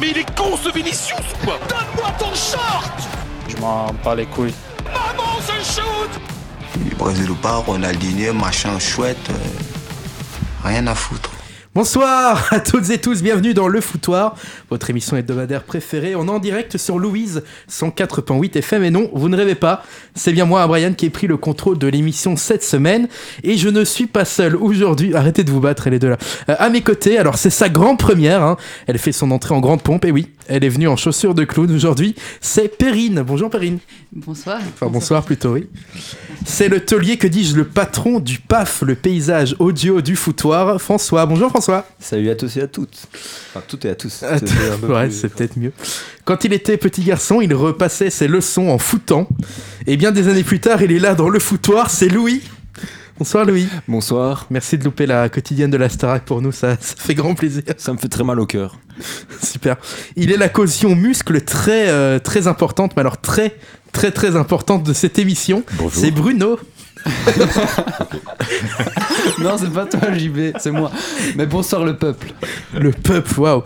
Mais il est con ce Vinicius ou quoi Donne-moi ton short Je m'en bats les couilles. Maman, je shoot Brésil ou pas, Ronaldinho, machin chouette, euh, rien à foutre. Bonsoir à toutes et tous, bienvenue dans Le Foutoir, votre émission hebdomadaire préférée. On est en direct sur Louise 104.8 FM et non, vous ne rêvez pas, c'est bien moi, Brian, qui ai pris le contrôle de l'émission cette semaine et je ne suis pas seul aujourd'hui. Arrêtez de vous battre, elle est de là. Euh, à mes côtés, alors c'est sa grande première, hein. elle fait son entrée en grande pompe et oui, elle est venue en chaussures de clown aujourd'hui. C'est Perrine. Bonjour Perrine. Bonsoir. Enfin bonsoir plutôt, oui. C'est le taulier, que dis-je, le patron du PAF, le paysage audio du foutoir, François. Bonjour François. Salut à tous et à toutes. Enfin, toutes et à tous. Ah, C'était un peu ouais, plus- c'est peut-être mieux. Quand il était petit garçon, il repassait ses leçons en foutant. Et bien des années plus tard, il est là dans le foutoir, c'est Louis. Bonsoir Louis. euh, Bonsoir. Merci de louper la quotidienne de la Starac pour nous, ça, ça fait grand plaisir. Ça me fait très mal au cœur. Super. Il est la caution muscle très euh, très importante, mais alors très très très importante de cette émission. C'est Bruno. Non, c'est pas toi, JB, c'est moi. Mais bonsoir, le peuple. Le peuple, waouh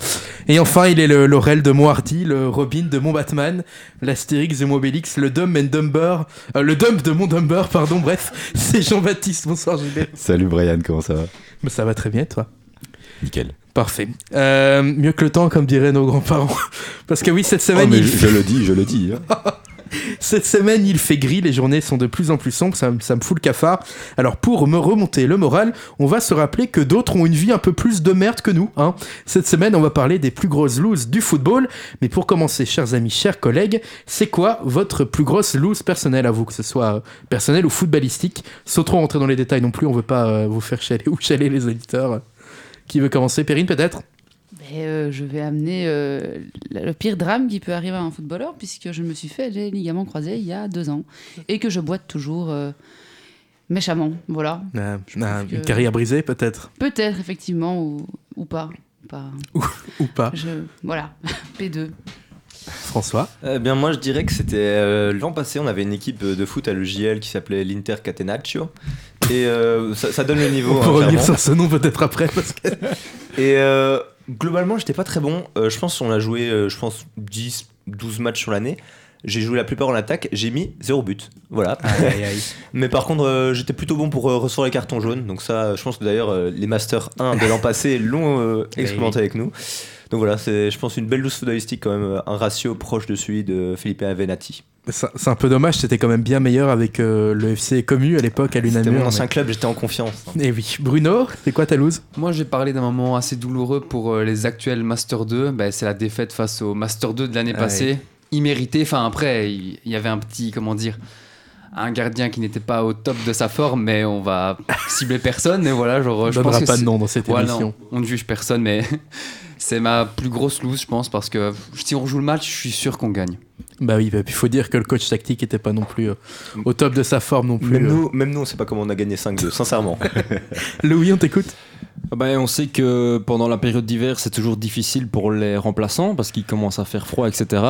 Et enfin, il est le Laurel de mon Hardy, le Robin de mon Batman, l'Astérix de mon Obélix, le Dumb and Dumber, euh, le Dump de mon Dumber, pardon, bref, c'est Jean-Baptiste, bonsoir JB. Salut Brian, comment ça va Mais Bah, ça va très bien, toi Nickel. Parfait. Euh, mieux que le temps, comme diraient nos grands-parents. Parce que oui, cette semaine, Oh, mais il je, je le dis, je le dis. hein. Cette semaine, il fait gris, les journées sont de plus en plus sombres, ça, me- ça me fout le cafard. Alors pour me remonter le moral, on va se rappeler que d'autres ont une vie un peu plus de merde que nous. hein. Cette semaine, on va parler des plus grosses looses du football. Mais pour commencer, chers amis, chers collègues, c'est quoi votre plus grosse loose personnelle à vous, que ce soit euh, personnelle ou footballistique Sans trop rentrer dans les détails non plus, on veut pas euh, vous faire chialer ou chialer les auditeurs. Qui veut commencer Perrine peut-être Mais, euh, je vais amener euh, le pire drame qui peut arriver à un footballeur, puisque je me suis fait les ligaments croisés il y a deux ans et que je boite toujours euh, méchamment. Voilà. pense que- Euh, Une carrière brisée peut-être Peut-être, effectivement, ou, ou pas. Ou pas. Ou pas Je- voilà, P2. François Eh bien, moi, je dirais que c'était euh, l'an passé, on avait une équipe de foot à l'EJL qui s'appelait l'Inter Catenaccio. Et euh, ça, ça donne le Oh, niveau. On hein, peut revenir clairement. sur ce nom peut-être après parce que... Et euh, globalement, j'étais pas très bon. Euh, je pense qu'on a joué, euh, je pense, 10, 12 matchs sur l'année. J'ai joué la plupart en attaque, j'ai mis 0 but. Voilà. Ah Mais par contre, euh, j'étais plutôt bon pour euh, ressortir les cartons jaunes. Donc ça, euh, je pense que d'ailleurs, euh, les Masters 1 de l'an passé l'ont euh, expérimenté avec nous. Donc voilà, c'est, je pense, une belle loose footballistique quand même. euh, Un ratio proche de celui de Felipe Avenatti. C'est c'est un peu dommage, c'était quand même bien meilleur avec euh, le FC Commu à l'époque à C'était l'UNAMUR. mon ancien club, j'étais en confiance. hein. Et oui, Bruno, c'est quoi ta loose Moi, j'ai parlé d'un moment assez douloureux pour euh, les actuels Master 2. Ben, c'est la défaite face au Master 2 de l'année Ah passée. Immérité. Enfin, après, il il y avait un petit, comment dire, un gardien qui n'était pas au top de sa forme, mais on va cibler personne. Et voilà, genre, On je donnera pense que pas c'est- de nom dans cette Ouais, émission. non, on ne juge personne, mais c'est ma plus grosse loose, je pense, parce que si on rejoue le match, je suis sûr qu'on gagne. Bah oui, bah, il faut dire que le coach tactique était pas non plus euh, au top de sa forme non plus. Même euh. nous, même nous, on sait pas comment on a gagné 5-2, sincèrement. Louis, on t'écoute Ah ben, on sait que pendant la période d'hiver, c'est toujours difficile pour les remplaçants parce qu'il commence à faire froid, etc.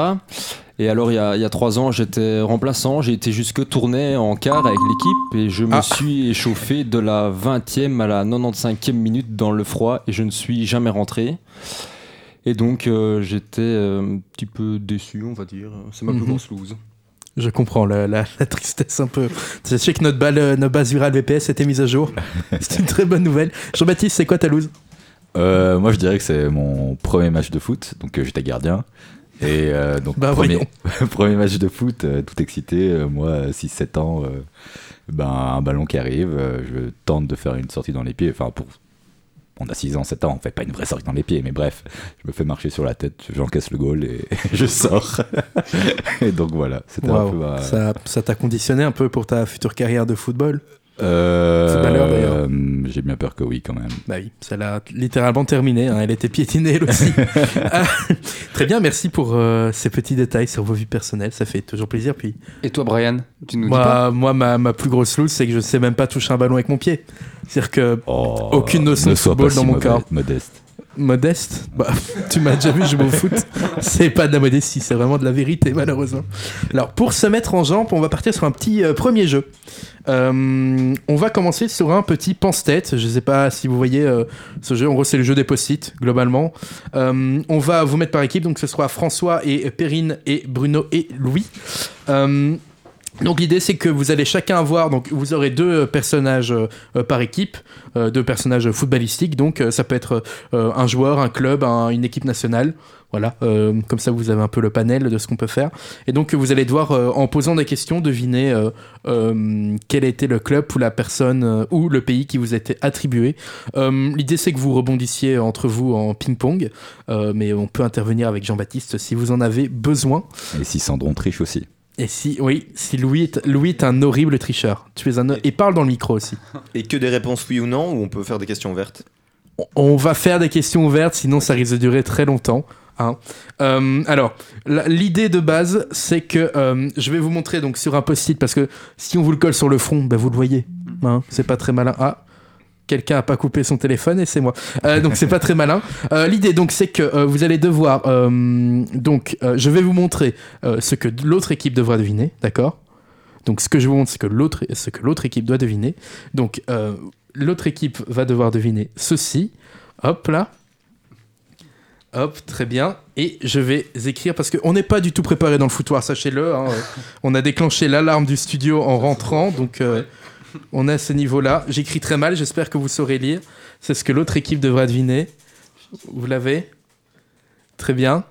Et alors, il y a, il y a trois ans, j'étais remplaçant. J'ai été jusque tourné en quart avec l'équipe et je me Ah. suis échauffé de la 20e à la 95e minute dans le froid et je ne suis jamais rentré. Et donc, euh, j'étais euh, un petit peu déçu, on va dire. C'est ma Mhm. plus grosse loose. Je comprends la, la- la tristesse un peu. Sachez que notre, balle, euh, notre base virale VPS était mise à jour. C'est une très bonne nouvelle. Jean-Baptiste, c'est quoi ta loose Euh, moi, je dirais que c'est mon premier match de foot, donc euh, j'étais gardien. Et euh, donc, Bah, premier, premier match de foot, euh, tout excité. euh, moi, euh, 6-7 ans, euh, ben, un ballon qui arrive, euh, je tente de faire une sortie dans les pieds. Enfin, pour. On a 6 ans, 7 ans, on fait pas une vraie sortie dans les pieds, mais bref, je me fais marcher sur la tête, j'encaisse le goal et je sors. et donc voilà, c'était un Waouh, peu bah, ma- Ça ça t'a conditionné un peu pour ta future carrière de football Euh, Footballeur, d'ailleurs. euh, J'ai bien peur que oui, quand même. Bah oui, ça l'a littéralement terminée. hein, Elle était piétinée, elle aussi. Ah, très bien, merci pour euh, ces petits détails sur vos vies personnelles. Ça fait toujours plaisir. Puis Et toi, Brian, tu nous dis pas moi, moi ma, ma plus grosse loose, c'est que je sais même pas toucher un ballon avec mon pied. C'est-à-dire que Oh, Aucune notion ne de sois football pas dans si mon mauvais- corps. Modeste. Modeste Bah, tu m'as déjà vu, je m'en fout. C'est pas de la modestie, c'est vraiment de la vérité, malheureusement. Alors, pour se mettre en jambe, on va partir sur un petit euh, premier jeu. Euh, on va commencer sur un petit pense-tête. Je sais pas si vous voyez euh, ce jeu. En gros, c'est le jeu des post-it, globalement. Euh, on va vous mettre par équipe, donc ce sera François et Perrine et Bruno et Louis. Euh, donc l'idée c'est que vous allez chacun avoir, donc vous aurez deux euh, personnages euh, euh, par équipe, euh, deux personnages footballistiques, donc euh, ça peut être euh, un joueur, un club, un- une équipe nationale, voilà, euh, comme ça vous avez un peu le panel de ce qu'on peut faire. Et donc vous allez devoir, euh, en posant des questions, deviner euh, euh, quel était le club ou la personne euh, ou le pays qui vous a été attribué. Euh, l'idée c'est que vous rebondissiez entre vous en ping-pong, euh, mais on peut intervenir avec Jean-Baptiste si vous en avez besoin. Et si Sandron triche aussi. Et si, oui, si Louis est, Louis est un horrible tricheur. Tu es un. Et parle dans le micro aussi. Et que des réponses oui ou non, ou on peut faire des questions ouvertes On- On va faire des questions ouvertes, sinon ça risque de durer très longtemps. hein. Euh, alors, la- l'idée de base, c'est que euh, je vais vous montrer donc sur un post-it, parce que si on vous le colle sur le front, bah, vous le voyez. hein. c'est pas très malin. Ah, quelqu'un a pas coupé son téléphone et c'est moi. Euh, donc c'est pas très malin. Euh, L'idée donc c'est que euh, vous allez devoir euh, donc euh, je vais vous montrer euh, ce que l'autre équipe devra deviner, d'accord Donc ce que je vous montre c'est que l'autre ce que l'autre équipe doit deviner. Donc euh, l'autre équipe va devoir deviner ceci. Hop là. Hop, très bien. Et je vais écrire parce qu'on n'est pas du tout préparé dans le foutoir, sachez-le. hein. Euh, On a déclenché l'alarme du studio en rentrant, donc euh, on est à ce niveau-là. J'écris très mal, j'espère que vous saurez lire. C'est ce que l'autre équipe devra deviner. Vous l'avez Très bien.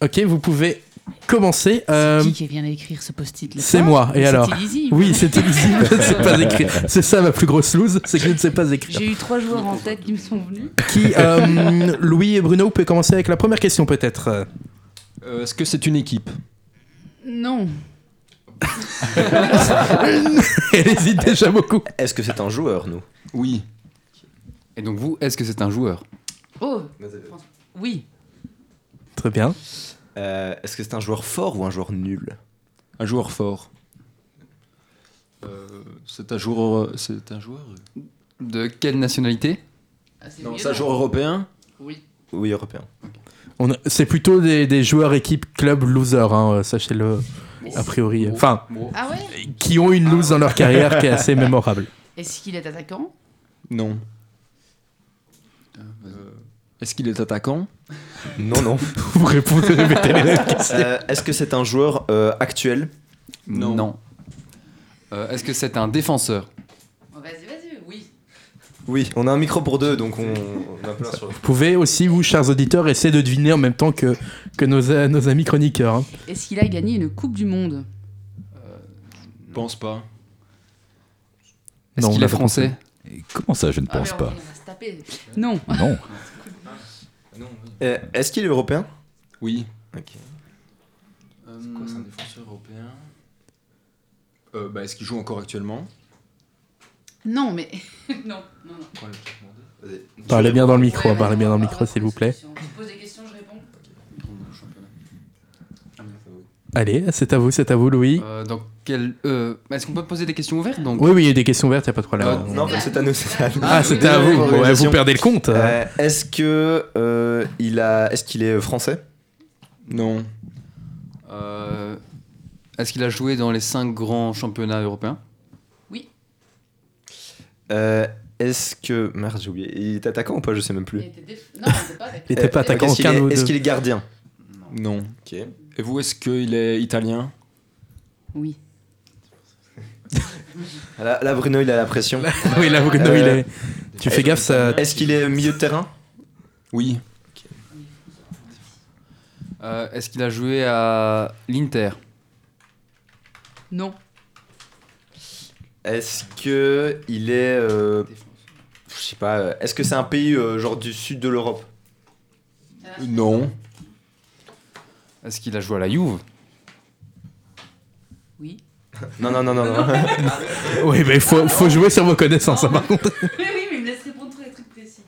Ok, vous pouvez commencer. Euh, Qui qui vient d'écrire ce post-it là c'est moi, et Mais alors c'était easy. oui, c'était easy, je ne sais pas écrire. C'est ça ma plus grosse loose, c'est que je ne sais pas écrire. J'ai eu trois joueurs en tête qui me sont venus. Qui, euh, Louis et Bruno, vous pouvez commencer avec la première question peut-être. Euh, Est-ce que c'est une équipe Non. Elle hésite déjà beaucoup. Est-ce que c'est un joueur, nous Oui. Et donc vous, est-ce que c'est un joueur Oh Oui. Très bien. Euh, Est-ce que c'est un joueur fort ou un joueur nul Un joueur fort. c'est un joueur. C'est un joueur. De quelle nationalité Ah, c'est Non, mieux, c'est un joueur européen. Oui. Oui, européen. On a- C'est plutôt des, des joueurs équipe club loser, hein, euh, sachez-le, a priori. Enfin, Ah ouais qui ont une lose dans leur carrière qui est assez mémorable. Est-ce qu'il est attaquant Non. Euh, Est-ce qu'il est attaquant Non, non. Vous répondez, répétez les lettres. Euh, Est-ce que c'est un joueur euh, actuel Non. Euh, est-ce que c'est un défenseur Oh, Vas-y, vas-y, oui. Oui, on a un micro pour deux, donc on, on a plein sur Vous pouvez aussi, vous, chers auditeurs, essayer de deviner en même temps que, que nos, euh, nos amis chroniqueurs. hein. Est-ce qu'il a gagné une Coupe du Monde Je pense pas. Est-ce Non, on qu'il l'a est pas français Et comment ça, je ne Ah, pense mais on- pas on va se taper. Non. Non. Euh, Est-ce qu'il est européen Oui. Ok. C'est quoi, c'est un défenseur européen Euh, bah, Est-ce qu'il joue encore actuellement Non, mais. non, non, non. Parlez bien dans le micro, hein, Ouais, parlez bien dans le vas-y, micro, on va s'il vous plaît. solution. Tu poses des questions, je réponds. Allez, c'est à vous, c'est à vous, Louis. Euh, Dans quel euh, Est-ce qu'on peut poser des questions ouvertes donc Oui, oui, il y a des questions vertes, il n'y a pas de problème. Euh, Non, mais c'est à nous, c'est à nous. Ah, c'était à vous. oui, Ouais, oui, vous oui. perdez le compte. hein. Euh, Est-ce que euh, il a, est-ce qu'il est français Non. Euh, Est-ce qu'il a joué dans les cinq grands championnats européens Euh, Est-ce que merde, j'ai oublié. Il est attaquant ou pas Je sais même Il plus. était déf- Non, il était pas attaquant. Il était pas Euh, attaquant, Est-ce qu'il aucun de est, vous est-ce deux. qu'il est gardien Non. Ok. Et vous, est-ce qu'il est italien Oui. Là, là, Bruno, il a la pression. Ah Oui, là, Bruno, il Euh, est. Tu fais gaffe, ça. Est-ce qu'il est milieu de terrain Oui. Euh, Est-ce qu'il a joué à l'Inter Non. Est-ce que il est, euh, je sais pas. euh, Est-ce que c'est un pays euh, genre du sud de l'Europe Non. Est-ce qu'il a joué à la Juve Oui. Non, non, non, non, non. Oui, mais faut, faut jouer sur vos connaissances, hein, par contre. Ah, Oui, oui, mais il me laisse répondre tous les trucs précis.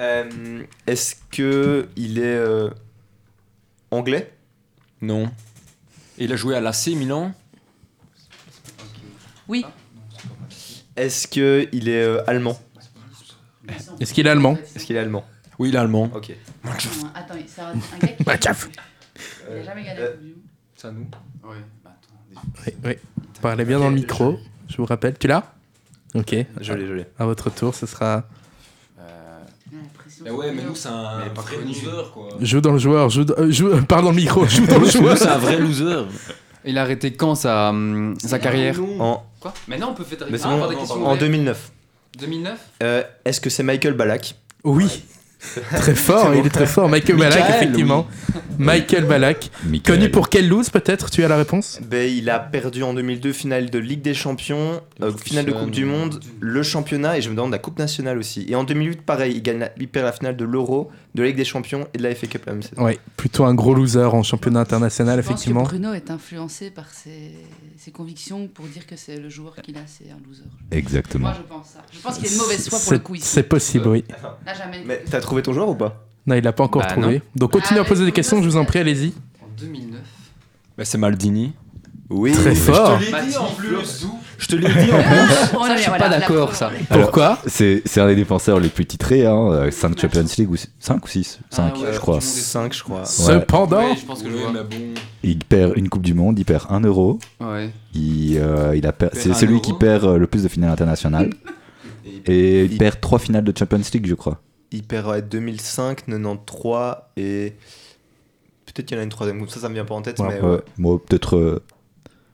Euh, Est-ce que il est euh, anglais Non. Et il a joué à l'AC Milan Oui. Ah, Est-ce que il est euh, allemand Est-ce qu'il est allemand Est-ce qu'il est allemand Oui, l'allemand. Ok. Non, hein. Attends, c'est un un gars qui. Manchoff. Il a jamais gagné Euh, la Coupe du Monde. C'est à nous. Ouais. Oui, oui. Parlez bien dans le micro, je vous rappelle. Tu l'as Ok. Je l'ai, je l'ai. À votre tour, ce sera. Ah, la pression, Bah ouais, mais nous, c'est un Mais pas vrai connu. loser, quoi. Joue dans le joueur, joue, dans- euh, joue- euh, parle dans le micro, joue dans le joueur. c'est un vrai loser. Il a arrêté quand sa, hum, sa carrière En, Quoi Mais non, on peut faire mais c'est Ah, bon, encore des questions en ouvertes. 2009. 2009 Euh, Est-ce que c'est Michael Balak Oui. Très fort, il est très fort. Michael Balak, Michael, effectivement. Michael Balak. Michael. Connu pour quelle lose, peut-être Tu as la réponse ben, Il a perdu en 2002 finale de Ligue des Champions, euh, finale de Coupe du Monde, le championnat et je me demande la Coupe nationale aussi. Et en 2008, pareil, il, gagne la- il perd la finale de l'Euro, de la Ligue des Champions et de la FA Cup la même saison. Oui, plutôt un gros loser en championnat international, Je pense que effectivement. Bruno est influencé par ses, ses convictions pour dire que c'est le joueur qu'il a, c'est un loser. Exactement. Moi, je pense ça. Je pense qu'il est de mauvaise foi pour le C'est- coup ici. C'est possible, oui. Là, jamais. Mais t'as trouvé ton joueur ou pas Non, il l'a pas encore Bah, trouvé. Donc continuez à Ah, poser des mais- questions, je vous en prie, allez-y. En 2009. Bah, c'est Maldini. Oui. Très fort. Mathis, plus Je te l'ai dit en plus. On Ça, je suis pas d'accord, ça. Pourquoi C'est c'est un des défenseurs les plus titrés, hein, 5 Champions League, ou 5 ou 6 Ah 5, ouais, je crois. 5 je crois. Cependant, Ouais, je pense que je vois. bon. Il perd une Coupe du Monde, il perd 1 euro. Ouais. Il, euh, il a per- Il perd C'est un celui euro. qui perd euh, le plus de finales internationales. Et il il- perd 3 finales de Champions League, je crois. Il perd ouais, 2005, 93 et. Peut-être qu'il y en a une troisième, comme ça, ça me vient pas en tête. Ouais, mais Ouais. Moi, peut-être. euh,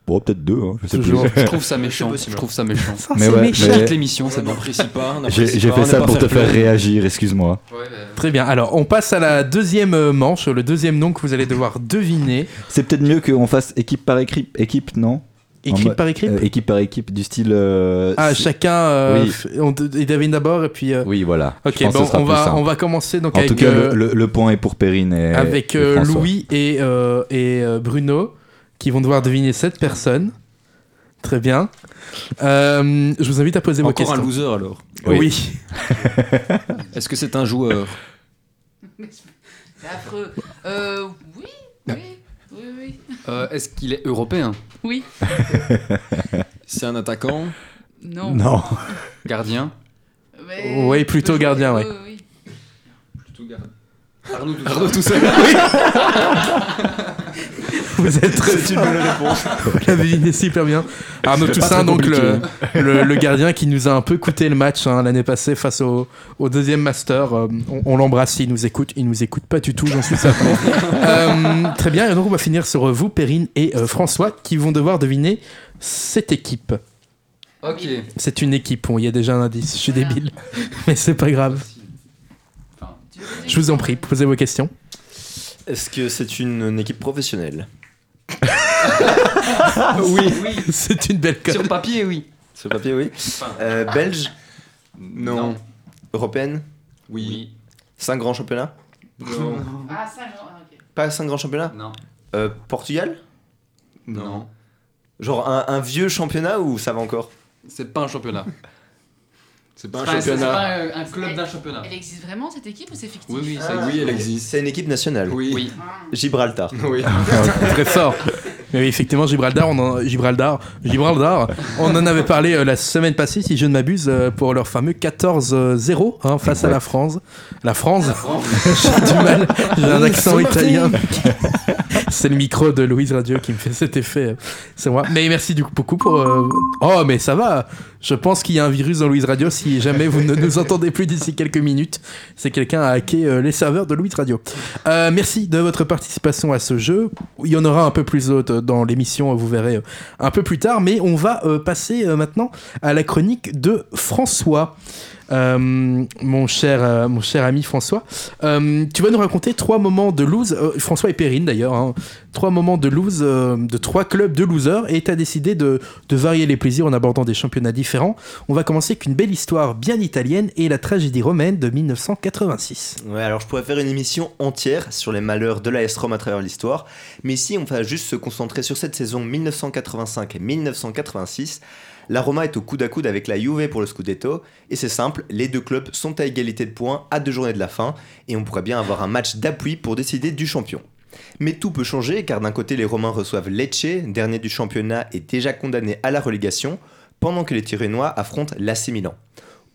Bon, peut-être 2, hein, je sais Toujours. Ah, plus. Je trouve ça méchant. possible. Je trouve ça méchant. mais ouais, mais- Quitte l'émission, c'est Ça bon. n'apprécie pas. J'ai n'apprécie j'ai pas, fait on est ça pas pour te fair-play. faire réagir, excuse-moi. très bien. Alors, on passe à la deuxième euh, manche, le deuxième nom que vous allez devoir deviner. C'est peut-être mieux qu'on fasse équipe par équipe, équipe non Écrit mode- par écrit Euh, Équipe par équipe, du style. euh, Ah, c'est- chacun. euh, Oui. f- On d- il devine d'abord et puis. euh, Oui, voilà. Je Ok, pense que ce bon, sera on plus va, simple. on va commencer donc En avec, tout cas, euh, le, le- le point est pour Perrine et. avec et euh, François. Louis et, euh, et euh, Bruno qui vont devoir deviner cette personne. Très bien. Euh, je vous invite à poser vos Encore questions. un loser alors. Oui. oui. Est-ce que c'est un joueur C'est affreux. Euh, oui, oui, oui, oui. Euh, Est-ce qu'il est européen Oui, C'est un attaquant non. Non. Gardien Mais- Ouais, plutôt Oui, gardien, oui, ouais. oui, oui. Arnaud Doucet. Arnaud tout seul. Vous êtes très fort. Vous l'avez deviné super bien. Ah, Arnaud C'était pas Toussaint, très donc le, compliqué. le, le gardien qui nous a un peu coûté le match hein, l'année passée face au, au deuxième master. Euh, on on l'embrasse, il nous écoute. Il nous écoute pas du tout, j'en suis certain. Euh, très bien, et donc on va finir sur euh, vous, Perrine et euh, François, qui vont devoir deviner cette équipe. Ok. C'est une équipe, bon, il y a déjà un indice, je suis Voilà. débile. Mais c'est pas grave. Tu veux Je vous en prie, posez vos questions. Est-ce que c'est une, une équipe professionnelle oui. C'est une belle cote. Sur papier, oui. Sur papier, oui. Euh, belge Non. Européenne Oui. 5 grands championnats Non. Ah, ça, genre, ah, ok. Pas 5 grands championnats Non. Euh, Portugal Non. Genre un, un vieux championnat ou ça va encore C'est pas un championnat. C'est C'est pas- C'est pas euh, un, un club d'un Ah. championnat. Elle existe vraiment cette équipe ou c'est fictif Oui, oui, ça Ah. existe. Oui, elle existe. C'est une équipe nationale. Oui. Oui. Ah. Gibraltar. Oui. Très fort. Mais oui, effectivement, Gibraltar, on en, Gibraltar, Gibraltar, on en avait parlé euh, la semaine passée, si je ne m'abuse, euh, pour leur fameux 14-0 hein, face à la France. La France, j'ai du mal, j'ai un accent italien. C'est le micro de Louise Radio qui me fait cet effet. euh, C'est moi. Mais merci du coup beaucoup pour. euh, Oh, mais ça va. Je pense qu'il y a un virus dans Louise Radio. Si jamais vous ne nous entendez plus d'ici quelques minutes, c'est quelqu'un a hacké euh, les serveurs de Louise Radio. Euh, merci de votre participation à ce jeu. Il y en aura un peu plus d'autres euh, dans l'émission, euh, vous verrez euh, un peu plus tard. Mais on va euh, passer euh, maintenant à la chronique de François. Euh, mon, cher, euh, mon cher ami François, Euh, tu vas nous raconter trois moments de lose, euh, François et Perrine d'ailleurs, hein. trois moments de lose euh, de trois clubs de losers et tu as décidé de, de varier les plaisirs en abordant des championnats différents. On va commencer avec une belle histoire bien italienne et la tragédie romaine de 1986. Ouais, alors je pourrais faire une émission entière sur les malheurs de l'AS Rome à travers l'histoire, mais ici on va juste se concentrer sur cette saison 1985 et 1986. La Roma est au coude à coude avec la Juve pour le Scudetto, et c'est simple, les deux clubs sont à égalité de points à deux journées de la fin, et on pourrait bien avoir un match d'appui pour décider du champion. Mais tout peut changer car d'un côté les Romains reçoivent Lecce, dernier du championnat et déjà condamné à la relégation, pendant que les Tirrenois affrontent l'AC Milan.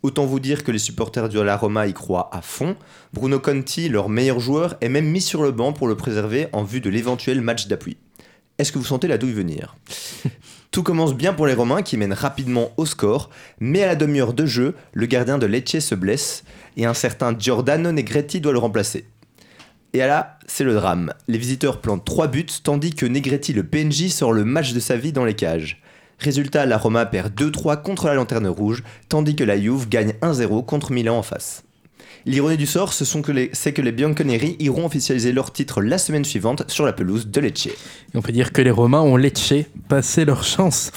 Autant vous dire que les supporters de la Roma y croient à fond. Bruno Conti, leur meilleur joueur, est même mis sur le banc pour le préserver en vue de l'éventuel match d'appui. Est-ce que vous sentez la douille venir Tout commence bien pour les Romains qui mènent rapidement au score, mais à la demi-heure de jeu, le gardien de Lecce se blesse et un certain Giordano Negretti doit le remplacer. Et là, c'est le drame. Les visiteurs plantent 3 buts tandis que Negretti, le PNJ, sort le match de sa vie dans les cages. Résultat, la Roma perd 2-3 contre la Lanterne Rouge, tandis que la Juve gagne 1-0 contre Milan en face. L'ironie du sort, ce sont que les- c'est que les Bianconeri iront officialiser leur titre la semaine suivante sur la pelouse de Lecce. Et on peut dire que les Romains ont lecché, passé leur chance.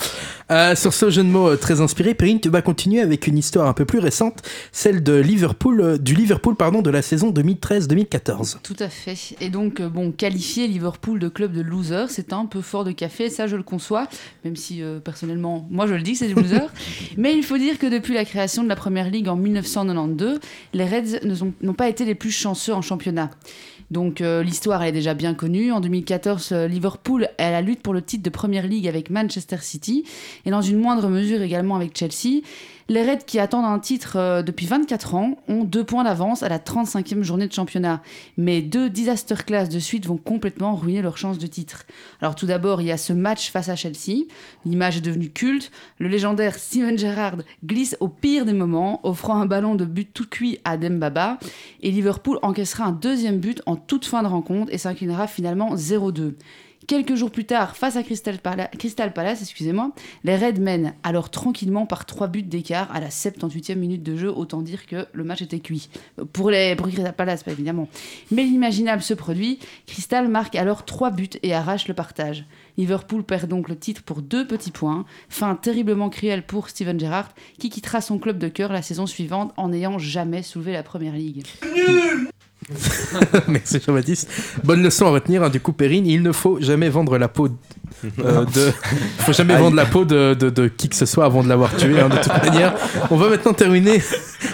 Euh, sur ce jeu de mots euh, très inspiré, Perrine, tu vas continuer avec une histoire un peu plus récente, celle de Liverpool, euh, du Liverpool pardon, de la saison 2013-2014. Tout à fait. Et donc, euh, bon, qualifier Liverpool de club de loser, c'est un peu fort de café, ça je le conçois, même si euh, personnellement, moi je le dis que c'est des losers. Mais il faut dire que depuis la création de la Première Ligue en 1992, les Reds ne sont- n'ont pas été les plus chanceux en championnat. Donc euh, l'histoire elle est déjà bien connue. En 2014, euh, Liverpool est à la lutte pour le titre de Première Ligue avec Manchester City et dans une moindre mesure également avec Chelsea. Les Reds qui attendent un titre euh, depuis 24 ans ont deux points d'avance à la 35e journée de championnat. Mais deux disaster class de suite vont complètement ruiner leur chance de titre. Alors tout d'abord, il y a ce match face à Chelsea. L'image est devenue culte. Le légendaire Steven Gerrard glisse au pire des moments, offrant un ballon de but tout cuit à Dembaba. Et Liverpool encaissera un deuxième but en toute fin de rencontre et s'inclinera finalement 0-2. Quelques jours plus tard, face à Crystal, Pala- Crystal Palace, excusez-moi, les Reds mènent alors tranquillement par trois buts d'écart à la 78e minute de jeu, autant dire que le match était cuit. Pour, les, pour Crystal Palace, pas évidemment. Mais l'imaginable se produit, Crystal marque alors trois buts et arrache le partage. Liverpool perd donc le titre pour deux petits points, fin terriblement cruelle pour Steven Gerrard, qui quittera son club de cœur la saison suivante en n'ayant jamais soulevé la Première Ligue. Merci Jean-Baptiste. Bonne leçon à retenir, hein, du coup Perrine, il ne faut jamais vendre la peau euh, de... faut jamais vendre la peau de, de- de qui que ce soit avant de l'avoir tué, hein, de toute manière. On va maintenant terminer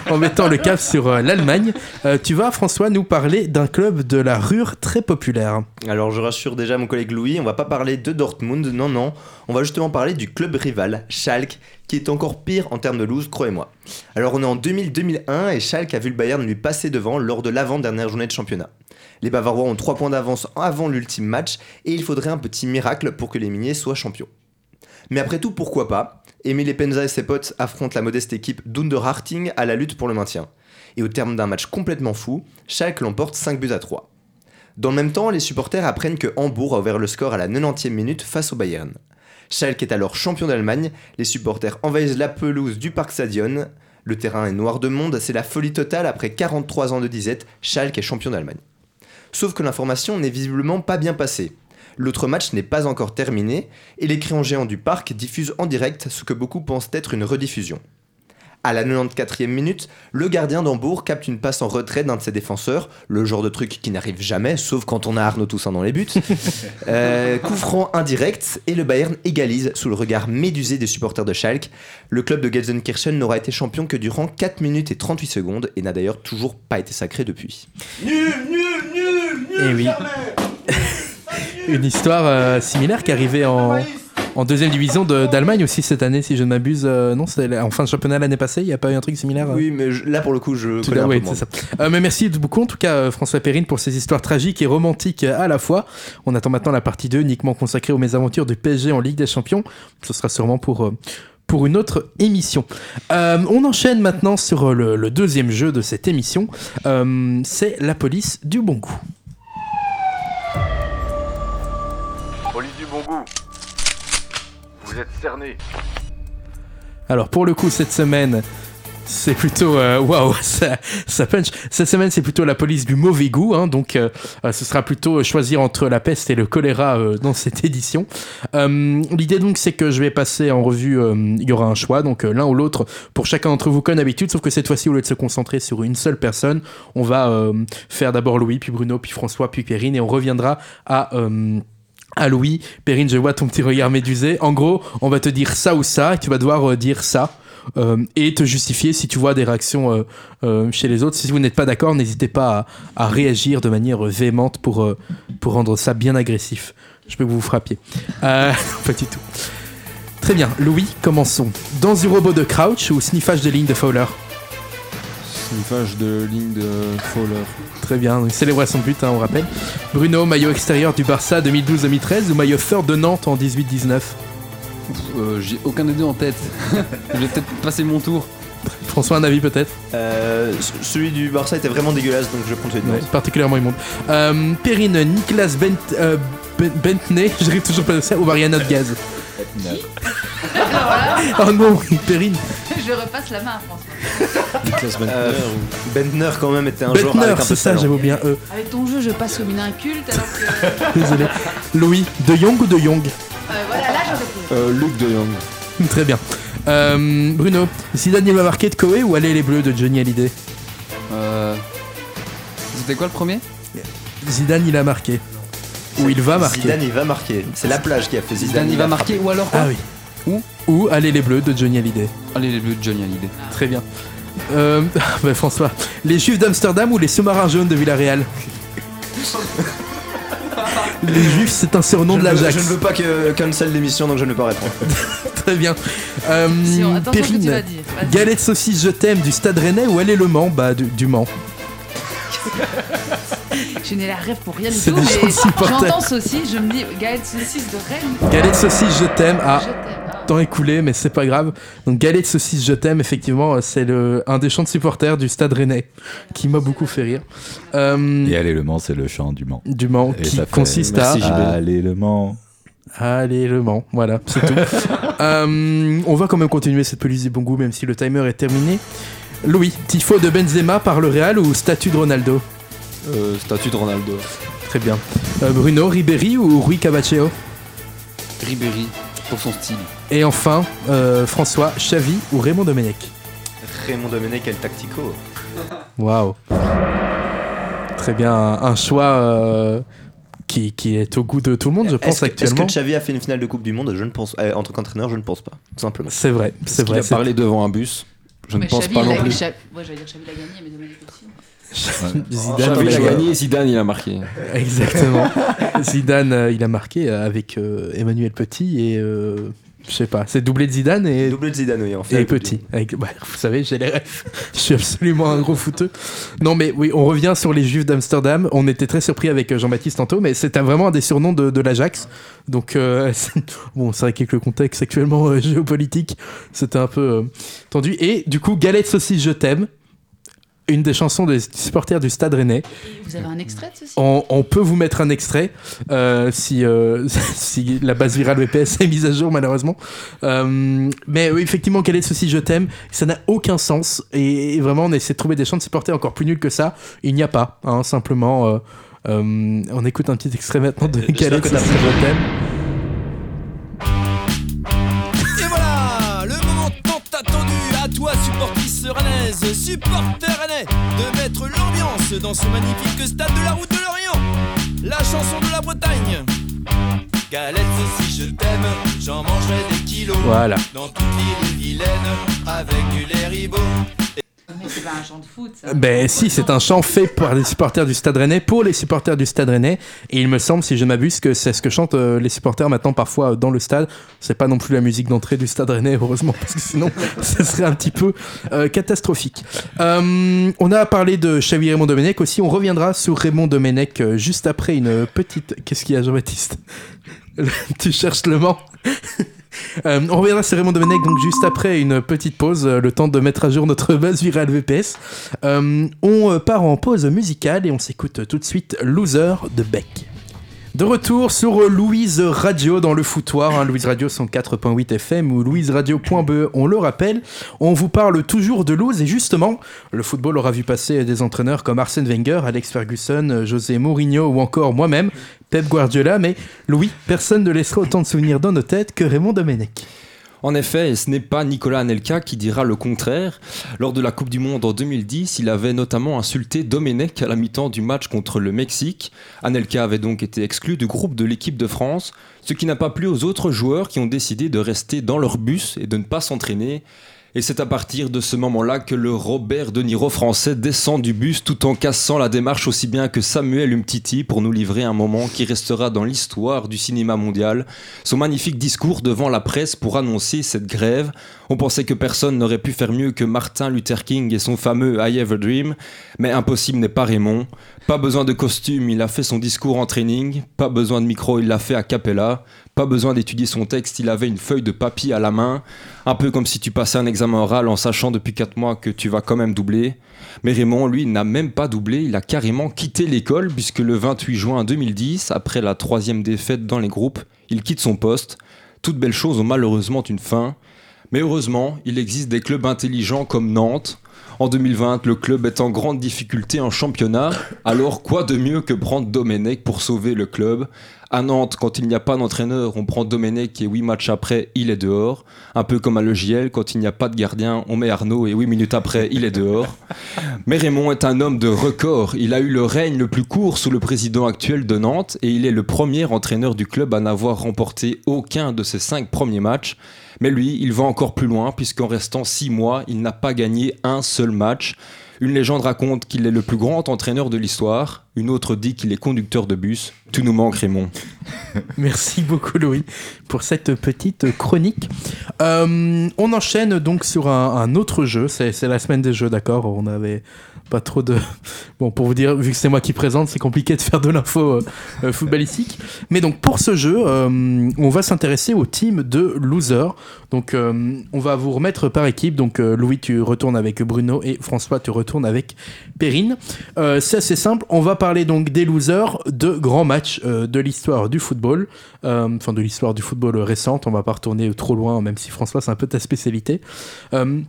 en mettant le cap sur euh, l'Allemagne. Euh, tu vas, François, nous parler d'un club de la Rure très populaire. Alors je rassure déjà mon collègue Louis, on va pas parler de Dortmund, non non, on va justement parler du club rival, Schalke, qui est encore pire en termes de loose, croyez-moi. Alors on est en 2000-2001 et Schalke a vu le Bayern lui passer devant lors de l'avant-dernière journée de championnat. Les Bavarois ont 3 points d'avance avant l'ultime match et il faudrait un petit miracle pour que les Miniers soient champions. Mais après tout, pourquoi pas Emile Penza et ses potes affrontent la modeste équipe d'Underharting à la lutte pour le maintien. Et au terme d'un match complètement fou, Schalke l'emporte 5 buts à 3. Dans le même temps, les supporters apprennent que Hambourg a ouvert le score à la 90e minute face au Bayern. Schalke est alors champion d'Allemagne, les supporters envahissent la pelouse du Parc Stadion, le terrain est noir de monde, c'est la folie totale après 43 ans de disette, Schalke est champion d'Allemagne. Sauf que l'information n'est visiblement pas bien passée. L'autre match n'est pas encore terminé et les crayons géants du parc diffusent en direct ce que beaucoup pensent être une rediffusion. À la 94e minute, le gardien d'Hambourg capte une passe en retrait d'un de ses défenseurs, le genre de truc qui n'arrive jamais, sauf quand on a Arnaud Toussaint dans les buts. Euh, coup franc indirect, et le Bayern égalise sous le regard médusé des supporters de Schalke. Le club de Gelsenkirchen n'aura été champion que durant 4 minutes et 38 secondes, et n'a d'ailleurs toujours pas été sacré depuis. Et Eh oui. Une histoire euh, similaire qui arrivait en, en deuxième division de- d'Allemagne aussi cette année, si je ne m'abuse. Euh, non, c'est en fin de championnat l'année passée, il n'y a pas eu un truc similaire euh, Oui, mais je- là pour le coup, je tout connais à- un peu oui, moins. c'est ça. Euh, mais merci beaucoup en tout cas euh, François Perrine pour ces histoires tragiques et romantiques euh, à la fois. On attend maintenant la partie 2 uniquement consacrée aux mésaventures du PSG en Ligue des Champions. Ce sera sûrement pour, euh, pour une autre émission. Euh, on enchaîne maintenant sur euh, le, le deuxième jeu de cette émission. Euh, c'est la police du bon goût. Police du bon goût. Vous êtes cerné. Alors pour le coup cette semaine c'est plutôt euh, waouh ça, ça punch cette semaine c'est plutôt la police du mauvais goût hein, donc euh, euh, ce sera plutôt choisir entre la peste et le choléra euh, dans cette édition Euh, l'idée donc c'est que je vais passer en revue euh, il y aura un choix donc euh, l'un ou l'autre pour chacun d'entre vous comme d'habitude sauf que cette fois-ci au lieu de se concentrer sur une seule personne on va euh, faire d'abord Louis puis Bruno puis François puis Perrine et on reviendra à euh, à Louis, Perrine, je vois ton petit regard médusé. En gros, on va te dire ça ou ça, et tu vas devoir euh, dire ça. Euh, et te justifier si tu vois des réactions euh, euh, chez les autres. Si vous n'êtes pas d'accord, n'hésitez pas à, à réagir de manière euh, véhémente pour, euh, pour rendre ça bien agressif. Je peux que vous frappiez. Euh, pas du tout. Très bien, Louis, commençons. Dans du robot de Crouch ou sniffage de ligne de Fowler une vache de ligne de Fowler. Très bien, donc célébration de but, hein, on rappelle. Bruno, maillot extérieur du Barça 2012-2013 ou maillot fort de Nantes en 18-19 Euh, J'ai aucun des deux en tête. Je vais peut-être passer mon tour. François, un avis peut-être Euh, c- celui du Barça était vraiment dégueulasse, donc je prends celui de Ouais, Nantes. Particulièrement immonde. Euh, Perrine, Nicolas Bent, euh, Ben- Bentley, j'arrive toujours pas à le dire, ou Mariana de Gaz Alors là, Oh non, Perrine. je repasse la main à François. Euh, Bentner quand même était un joueur Bentner, avec un peu c'est de ça, talent. j'avoue bien eux. Avec ton jeu, je passe comme une inculte alors que. Désolé. Louis, De Jong ou De Jong Euh, voilà, là j'aurais pu. Euh, Luc de Jong. Très bien. Euh, Bruno, Zidane il va marquer de Koé ou Aller les Bleus de Johnny Hallyday Euh, C'était quoi le premier Zidane il a marqué. Ou il va marquer. Zidane il va marquer. C'est la plage qui a fait Zidane. Zidane il va marquer ou alors quoi Ah oui. Ou, ou Aller les Bleus de Johnny Hallyday. Allez les bleus de Johnny Hallyday. Très bien. Euh, bah, François, les Juifs d'Amsterdam ou les sous-marins jaunes de Villarreal Les Juifs, c'est un surnom Je de ne, veux, l'Ajax. je ne veux pas que cancel l'émission donc je ne vais pas répondre. Très bien. Euh, Si on- Attention ce que tu vas Perrine, dire. Vas-y. galette saucisse, je t'aime du Stade Rennais ou Aller Le Mans Bah, du, du Mans. Je n'ai la rêve pour rien du C'est tout, des gens mais supporters. j'entends saucisse, je me dis, Gaël saucisse de Rennes. Galette saucisse, je t'aime. Ah, Je t'aime. Ah. temps écoulé, mais c'est pas grave. Donc, galette saucisse, je t'aime, effectivement, c'est le, un des chants de supporters du Stade Rennais qui m'a beaucoup fait rire. Euh, Et allez, le Mans, c'est le chant du Mans. Du Mans Et qui ça fait- consiste à. Merci, JB. Allez, le Mans. Allez, le Mans, voilà, c'est tout. Euh, on va quand même continuer cette police du bon goût, même si le timer est terminé. Louis, tifo de Benzema par le Real ou statue de Ronaldo Euh, statue de Ronaldo. Très bien. Euh, Bruno, Ribéry ou Rui Cavacheo Ribéry pour son style. Et enfin, euh, François, Xavi ou Raymond Domenech Raymond Domenech El Tactico. Waouh. Très bien, un, un choix euh, qui, qui est au goût de tout le monde, je pense, Est-ce que, est-ce actuellement. que Xavi a fait une finale de Coupe du Monde Je ne pense. euh, en tant qu'entraîneur, je ne pense pas. Tout simplement. C'est vrai, c'est Est-ce qu'il vrai. a c'est- parlé devant un bus. Je ne Mais pense Xavi, pas il non a- plus. Xavi- Ouais, j'allais dire Xavi l'a gagné, mais Dominique aussi. Zidane, mais Xavi il a voilà. gagné, Zidane il a marqué. Exactement. Zidane, euh, il a marqué euh, avec euh, Emmanuel Petit et euh, je sais pas, c'est doublé de Zidane et, Double de Zidane, oui, en finale et de Coupe du Petit. Avec- bah, vous savez, j'ai les rêves. je suis absolument un gros fouteux. Non, mais oui, on revient sur les Juifs d'Amsterdam. On était très surpris avec euh, Jean-Baptiste tantôt, mais c'est un- vraiment un des surnoms de, de l'Ajax. Donc, euh, c'est- bon, c'est vrai qu'avec le contexte actuellement euh, géopolitique, c'était un peu euh, tendu. Et du coup, Galette Saucisse, je t'aime. Une des chansons des supporters du Stade Rennais. Et Vous avez un extrait de ceci On, on peut vous mettre un extrait euh, si, euh, si la base virale VPS est mise à jour malheureusement. Euh, mais oui, effectivement, quel est ceci Je t'aime Ça n'a aucun sens et, et vraiment on essaie de trouver des chants de supporters encore plus nuls que ça. Il n'y a pas, hein, simplement. euh, euh, on écoute un petit extrait maintenant de Euh, J'espère Galette que Saucisse, t'as je t'aime. Et voilà, le moment tant attendu à toi, supportrice rennaise, supporter rennais, de mettre l'ambiance dans ce magnifique stade de la route de l'Orient, la chanson de la Bretagne. Galette, si je t'aime, j'en mangerai des kilos. Voilà. Dans toute l'île vilaine, avec du lait ribot. Mais c'est pas un chant de foot, ça. Ben si, c'est un chant fait par les supporters du Stade Rennais pour les supporters du Stade Rennais. Et il me semble, si je ne m'abuse, que c'est ce que chantent euh, les supporters maintenant parfois euh, dans le stade. C'est pas non plus la musique d'entrée du Stade Rennais, heureusement, parce que sinon, ce serait un petit peu euh, catastrophique. Euh, on a parlé de Xavi Raymond Domenech aussi. On reviendra sur Raymond Domenech euh, juste après une petite. Qu'est-ce qu'il y a, Jean-Baptiste Tu cherches le Mans Euh, on reviendra sur Raymond Domenech donc juste après une petite pause, euh, le temps de mettre à jour notre base virale VPS. Euh, on euh, part en pause musicale et on s'écoute euh, tout de suite Loser de Beck. De retour sur euh, Louise Radio dans le foutoir, hein, Louise Radio 104.8 FM ou louiseradio.be, on le rappelle. On vous parle toujours de Loose et justement, le football aura vu passer des entraîneurs comme Arsène Wenger, Alex Ferguson, euh, José Mourinho ou encore moi-même, Pep Guardiola, mais Louis, personne ne laissera autant de souvenirs dans nos têtes que Raymond Domenech. En effet, et ce n'est pas Nicolas Anelka qui dira le contraire. Lors de la Coupe du Monde en 2010, il avait notamment insulté Domenech à la mi-temps du match contre le Mexique. Anelka avait donc été exclu du groupe de l'équipe de France, ce qui n'a pas plu aux autres joueurs qui ont décidé de rester dans leur bus et de ne pas s'entraîner. Et c'est à partir de ce moment-là que le Robert De Niro français descend du bus tout en cassant la démarche aussi bien que Samuel Umtiti pour nous livrer un moment qui restera dans l'histoire du cinéma mondial son magnifique discours devant la presse pour annoncer cette grève On pensait que personne n'aurait pu faire mieux que Martin Luther King et son fameux I Have a Dream, mais impossible n'est pas Raymond. Pas besoin de costume, il a fait son discours en training. Pas besoin de micro, il l'a fait à cappella. Pas besoin d'étudier son texte, il avait une feuille de papier à la main. Un peu comme si tu passais un examen oral en sachant depuis 4 mois que tu vas quand même doubler. Mais Raymond, lui, n'a même pas doublé, il a carrément quitté l'école puisque le 28 juin 2010, après la troisième défaite dans les groupes, il quitte son poste. Toutes belles choses ont malheureusement une fin. Mais heureusement, il existe des clubs intelligents comme Nantes. En 2020, le club est en grande difficulté en championnat. Alors quoi de mieux que prendre Domenech pour sauver le club À Nantes, quand il n'y a pas d'entraîneur, on prend Domenech et 8 matchs après, il est dehors. Un peu comme à l'EGL, quand il n'y a pas de gardien, on met Arnaud et 8 minutes après, il est dehors. Mais Raymond est un homme de record. Il a eu le règne le plus court sous le président actuel de Nantes et il est le premier entraîneur du club à n'avoir remporté aucun de ses 5 premiers matchs. Mais lui, il va encore plus loin, puisqu'en restant 6 mois, il n'a pas gagné un seul match. Une légende raconte qu'il est le plus grand entraîneur de l'histoire, une autre dit qu'il est conducteur de bus. Tout nous manque, Raymond. Merci beaucoup Louis pour cette petite chronique. Euh, on enchaîne donc sur un, un autre jeu. C'est c'est la semaine des jeux, d'accord On avait pas trop de... Bon, pour vous dire, vu que c'est moi qui présente, c'est compliqué de faire de l'info euh, euh, footballistique. Mais donc pour ce jeu, euh, on va s'intéresser au team de losers. Donc euh, on va vous remettre par équipe. Donc euh, Louis, tu retournes avec Bruno et François, tu retournes avec Perrine. Euh, c'est assez simple. On va parler donc des losers de grands matchs euh, de l'histoire du football, Euh, enfin de l'histoire du football récente. On va pas retourner trop loin, même si François, c'est un peu ta spécialité. Euh,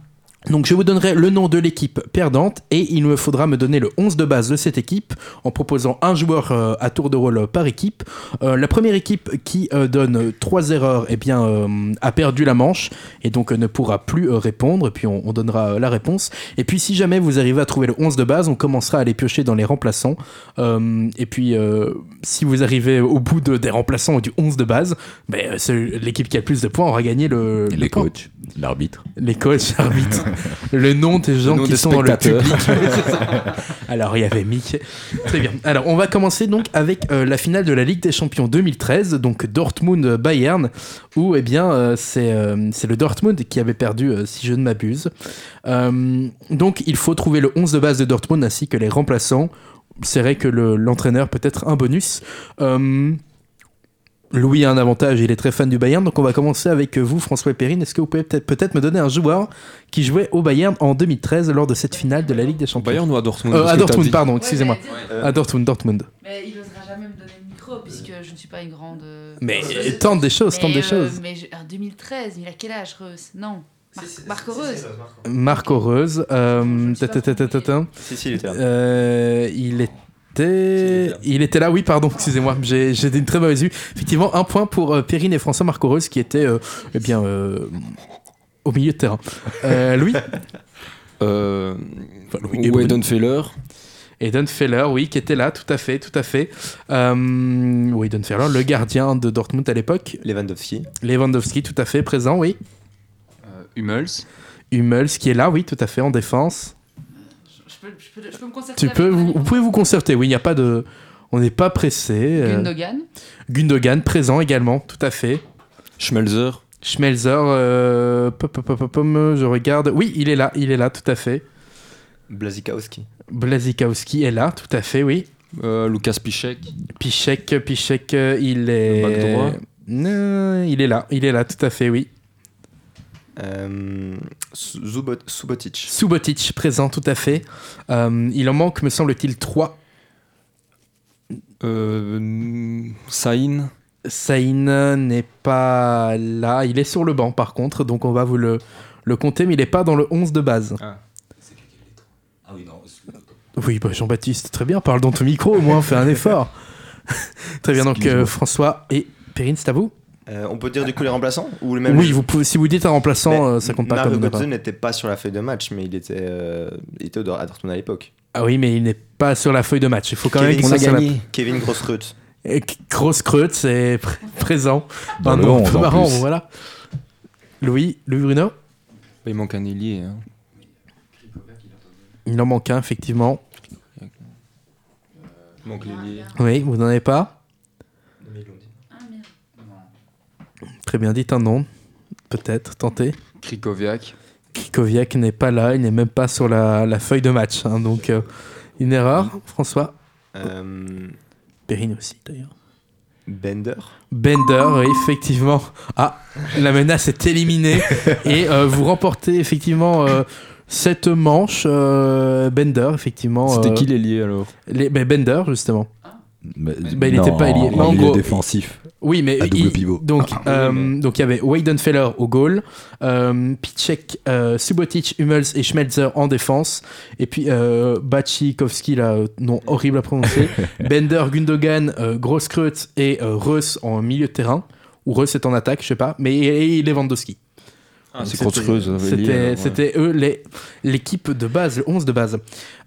donc je vous donnerai le nom de l'équipe perdante et il me faudra me donner le 11 de base de cette équipe en proposant un joueur euh, à tour de rôle euh, par équipe. Euh, la première équipe qui euh, donne euh, trois erreurs eh bien, euh, a perdu la manche et donc euh, ne pourra plus euh, répondre et puis on, on donnera euh, la réponse. Et puis si jamais vous arrivez à trouver le 11 de base, on commencera à les piocher dans les remplaçants. Euh, et puis euh, si vous arrivez au bout de- des remplaçants ou du 11 de base, ben, euh, c'est l'équipe qui a le plus de points aura gagné le, le Les point. coachs, l'arbitre. Les coachs, arbitres, le nom des gens nom qui des sont dans le spectateurs. public. C'est ça. Alors, il y avait Mick. Très bien. Alors, on va commencer donc avec euh, la finale de la Ligue des Champions 2013, donc Dortmund-Bayern, où eh bien, euh, c'est euh, c'est le Dortmund qui avait perdu, euh, si je ne m'abuse. Euh, donc, il faut trouver le 11 de base de Dortmund ainsi que les remplaçants. C'est vrai que le- l'entraîneur peut être un bonus. Euh, Louis a un avantage, il est très fan du Bayern, donc on va commencer avec vous, François Perrine. Est-ce que vous pouvez peut-être peut-être me donner un joueur qui jouait au Bayern en 2013 lors de cette finale de la Ligue des Champions Bayern ou à Dortmund Euh, parce À que t'as Dortmund, dit- pardon, excusez-moi. À Dortmund, Dortmund. Mais il n'osera jamais me donner le micro puisque je ne suis pas une grande. euh, Mais bosseuse. tente des choses, tente Mais, des euh, choses. Mais je- en 2013, il a quel âge, Reus Non. Mar- Marc Reus. Marc Heureuse. Je euh, me suis pas ta- ta- ta- ta- ta- Si, si, il était là. Euh, il était. Il était là, oui, pardon, excusez-moi, j'ai j'ai une très mauvaise vue. Effectivement, un point pour euh, Perrine et François Marc Heureuse qui étaient euh, eh bien, euh, au milieu de terrain. Euh, Louis Euh, Louis Gabriel. Weidenfeller. Eden Feller, oui, qui était là, tout à fait, tout à fait. Euh, oui, Eden Feller, le gardien de Dortmund à l'époque. Lewandowski. Lewandowski, tout à fait, présent, oui. Hummels. Hummels, qui est là, oui, tout à fait, en défense. Je peux, je peux- je peux me concerter. Tu avec peux, mon vous, ami. vous pouvez vous concerter, oui, il n'y a pas de... On n'est pas pressé. euh, Gundogan. Gundogan, présent également, tout à fait. Schmelzer. Schmelzer, euh, pop, pop, pop, pop, pom, je regarde. Oui, il est là, il est là, tout à fait. Blazikowski. Blazikowski est là, tout à fait, oui. euh, Lucas Piszek. Pichek, Pichek, euh, il est. Le back droit. Non, il est là, il est là, tout à fait, oui. Euh, Zubot- Subotic. Subotic, présent, tout à fait. Euh, il en manque, me semble-t-il, 3. Euh, Saïn. Sain n'est pas là, il est sur le banc par contre, donc on va vous le, le compter, mais il n'est pas dans le 11 de base. Ah oui, non. Oui, bah, Jean-Baptiste, très bien, parle dans ton micro au moins, fais un effort. très bien, donc euh, François et Perrine, c'est à vous Euh, on peut dire du coup les remplaçants ou les mêmes Oui, vous pouvez, si vous dites un remplaçant, Mais euh, ça compte pas Mario comme Götze départ. n'était pas sur la feuille de match, mais il était, euh, il était au Dor- à Dortmund à l'époque. Ah oui, mais il n'est pas sur la feuille de match, il faut quand même Kevin qu'on soit sur la- Kevin Grossrut. Et K- Grosse creute, c'est pr- présent. Dans un le nom un 11 peu en marrant, plus. voilà. Louis, Louis Bruno Il manque un ailier. hein. Il en manque un, effectivement. Il manque l'ailier. Oui, vous n'en avez pas Ah, merde. Très bien, dites un nom. Peut-être, tentez. Krikoviak. Kikoviak n'est pas là, il n'est même pas sur la, la feuille de match. hein, donc, euh, une erreur. François Euh, Perrine aussi, d'ailleurs. Bender. Bender, oui, effectivement. Ah, la menace est éliminée. et euh, vous remportez, effectivement, euh, cette manche. euh, Bender, effectivement. C'était euh, qui les liés alors les- ben, Bender, justement. Mais- Bah, il était pas lié. en Non, en milieu gros- défensif. Oui, mais À double il- pivot. Ah, donc euh, donc il y avait Weidenfeller au goal, euh, Pichek, euh, Subotic, Hummels et Schmelzer en défense, et puis euh, Bachikovski là euh, nom horrible à prononcer, Bender, Gundogan, euh, Grosskreutz et euh, Reus en milieu de terrain ou Reus est en attaque, je sais pas, mais et, et Lewandowski. C'est C'était- Kreuz, euh, lié, C'était alors, ouais. c'était eux les l'équipe de base, le 11 de base.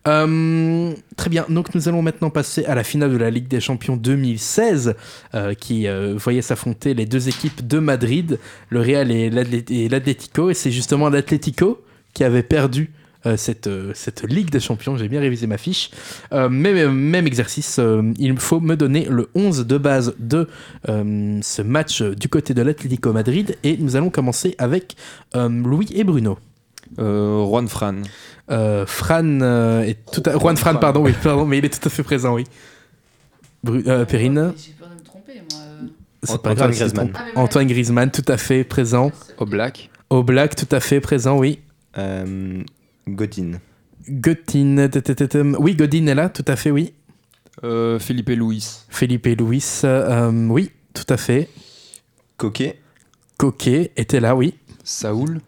Euh, très bien, donc nous allons maintenant passer à la finale de la Ligue des Champions 2016 euh, qui euh, voyait s'affronter les deux équipes de Madrid, le Real et l'Atlé- et l'Atlético, et c'est justement l'Atlético qui avait perdu. euh, cette, euh, cette Ligue des Champions, j'ai bien révisé ma fiche. Euh, même, même exercice, euh, il faut me donner le 11 de base de euh, ce match euh, du côté de l'Atlético Madrid. Et nous allons commencer avec euh, Louis et Bruno. Euh, Juan Fran. Euh, Fran euh, est tout à... Juan Fran, pardon, oui, pardon, mais il est tout à fait présent, oui. Bru- euh, Perrine, J'ai peur de me tromper, moi. euh. c'est Antoine pas grave, Griezmann. Ah, c'est ton- Antoine Griezmann, tout à fait présent. Oblak. Oblak, tout à fait présent, oui. Euh, Godin. Godin, tatatam. oui, Godin est là, tout à fait, oui. Euh, Felipe Luis. Felipe Luis, euh, oui, tout à fait. Coquet. Coquet était là, oui. Saoul.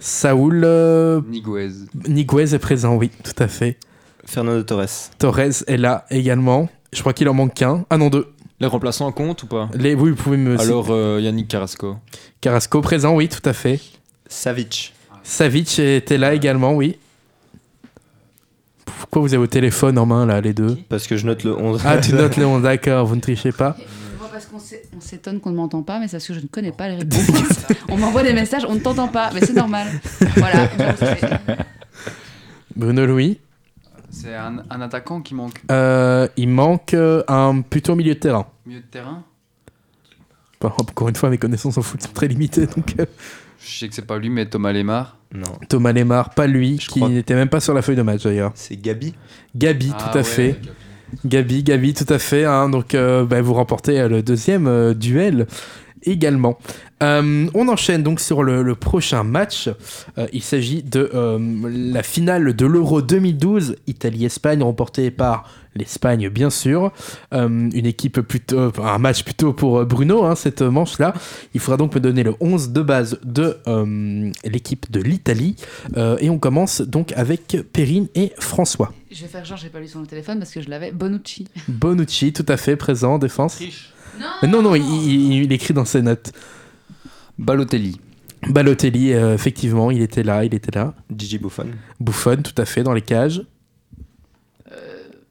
Saoul euh, Niguez. Niguez est présent, oui, tout à fait. Fernando Torres. Torres est là également. Je crois qu'il en manque qu'un. Ah non, deux. Les remplaçants comptent ou pas Les, oui, vous pouvez me. Alors euh, Yannick Carrasco. Carrasco présent, oui, tout à fait. Savic. Savic était là également, oui. Pourquoi vous avez vos téléphones en main, là, les deux Parce que je note le 11. Ah, tu notes Léon, d'accord, vous ne trichez pas. Moi, parce qu'on s'é- on s'étonne qu'on ne m'entend pas, mais c'est parce que je ne connais pas les réponses. on m'envoie des messages, on ne t'entend pas, mais c'est normal. Voilà. Donc, c'est- Bruno Louis, C'est un, un attaquant qui manque. euh, il manque euh, un plutôt milieu de terrain. Milieu de terrain. Bon, encore une fois, mes connaissances en foot sont très limitées, donc euh, Je sais que c'est pas lui, mais Thomas Lemar. Non. Thomas Lemar, pas lui, Je qui crois. n'était même pas sur la feuille de match d'ailleurs. C'est Gabi. Gabi, Ah tout à ouais, fait. ok. Gabi, Gabi, tout à fait. hein. donc, euh, bah, vous remportez euh, le deuxième euh, duel également. Euh, on enchaîne donc sur le, le prochain match. Euh, il s'agit de euh, la finale de l'Euro 2012, Italie-Espagne, remportée par l'Espagne, bien sûr. Euh, une équipe plutôt, enfin, un match plutôt pour euh, Bruno, hein, cette manche-là. Il faudra donc me donner le 11 de base de euh, l'équipe de l'Italie. Euh, et on commence donc avec Perrine et François. Je vais faire genre, j'ai pas lu son téléphone parce que je l'avais. Bonucci. Bonucci, tout à fait présent en défense. Euh, Non Non, non, il, il- il écrit dans ses notes. Balotelli. Balotelli, euh, effectivement, il était là, il était là. Gigi Buffon. Bouffon, tout à fait, dans les cages.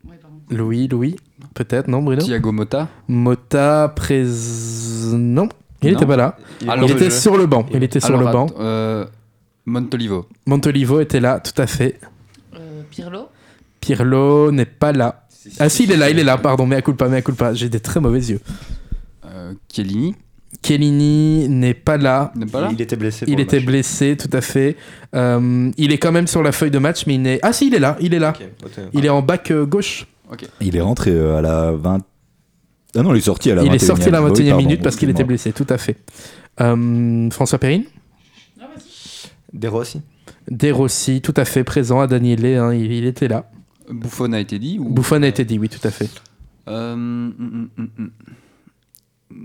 Oui, pardon. Louis, Louis, peut-être, non, Bruno Thiago Motta. Mota, présent. Non, il Non. n'était pas là. Ah, Alors, il était je- sur le banc. Il était sur Alors, le banc. att- euh, Montolivo. Montolivo était là, tout à fait. Euh, Pirlo. Pirlo n'est pas là. Ah si, il est là, il est là, pardon, mais à culpa, mais à culpa. J'ai des très mauvais yeux. Euh, Chiellini. Kellini n'est pas là. Il n'est pas là Il était blessé. pour Il le était match. blessé, tout à fait. Euh, il est quand même sur la feuille de match, mais il n'est. Ah si, il est là, il est là. Ok, autant- Il est en bac euh, gauche. Il est rentré euh, à la 20. Ah non, il est sorti à la 21 il est sorti à la 21 e minute Ah pardon, parce qu'il était excuse-moi. blessé, tout à fait. Euh, François Perrine Des Rossi. De Rossi, tout à fait présent à Daniele, hein, il, il était là. Buffon a été dit ou... Bouffon a été dit, oui, tout à fait. Euh, mm, mm, mm, mm.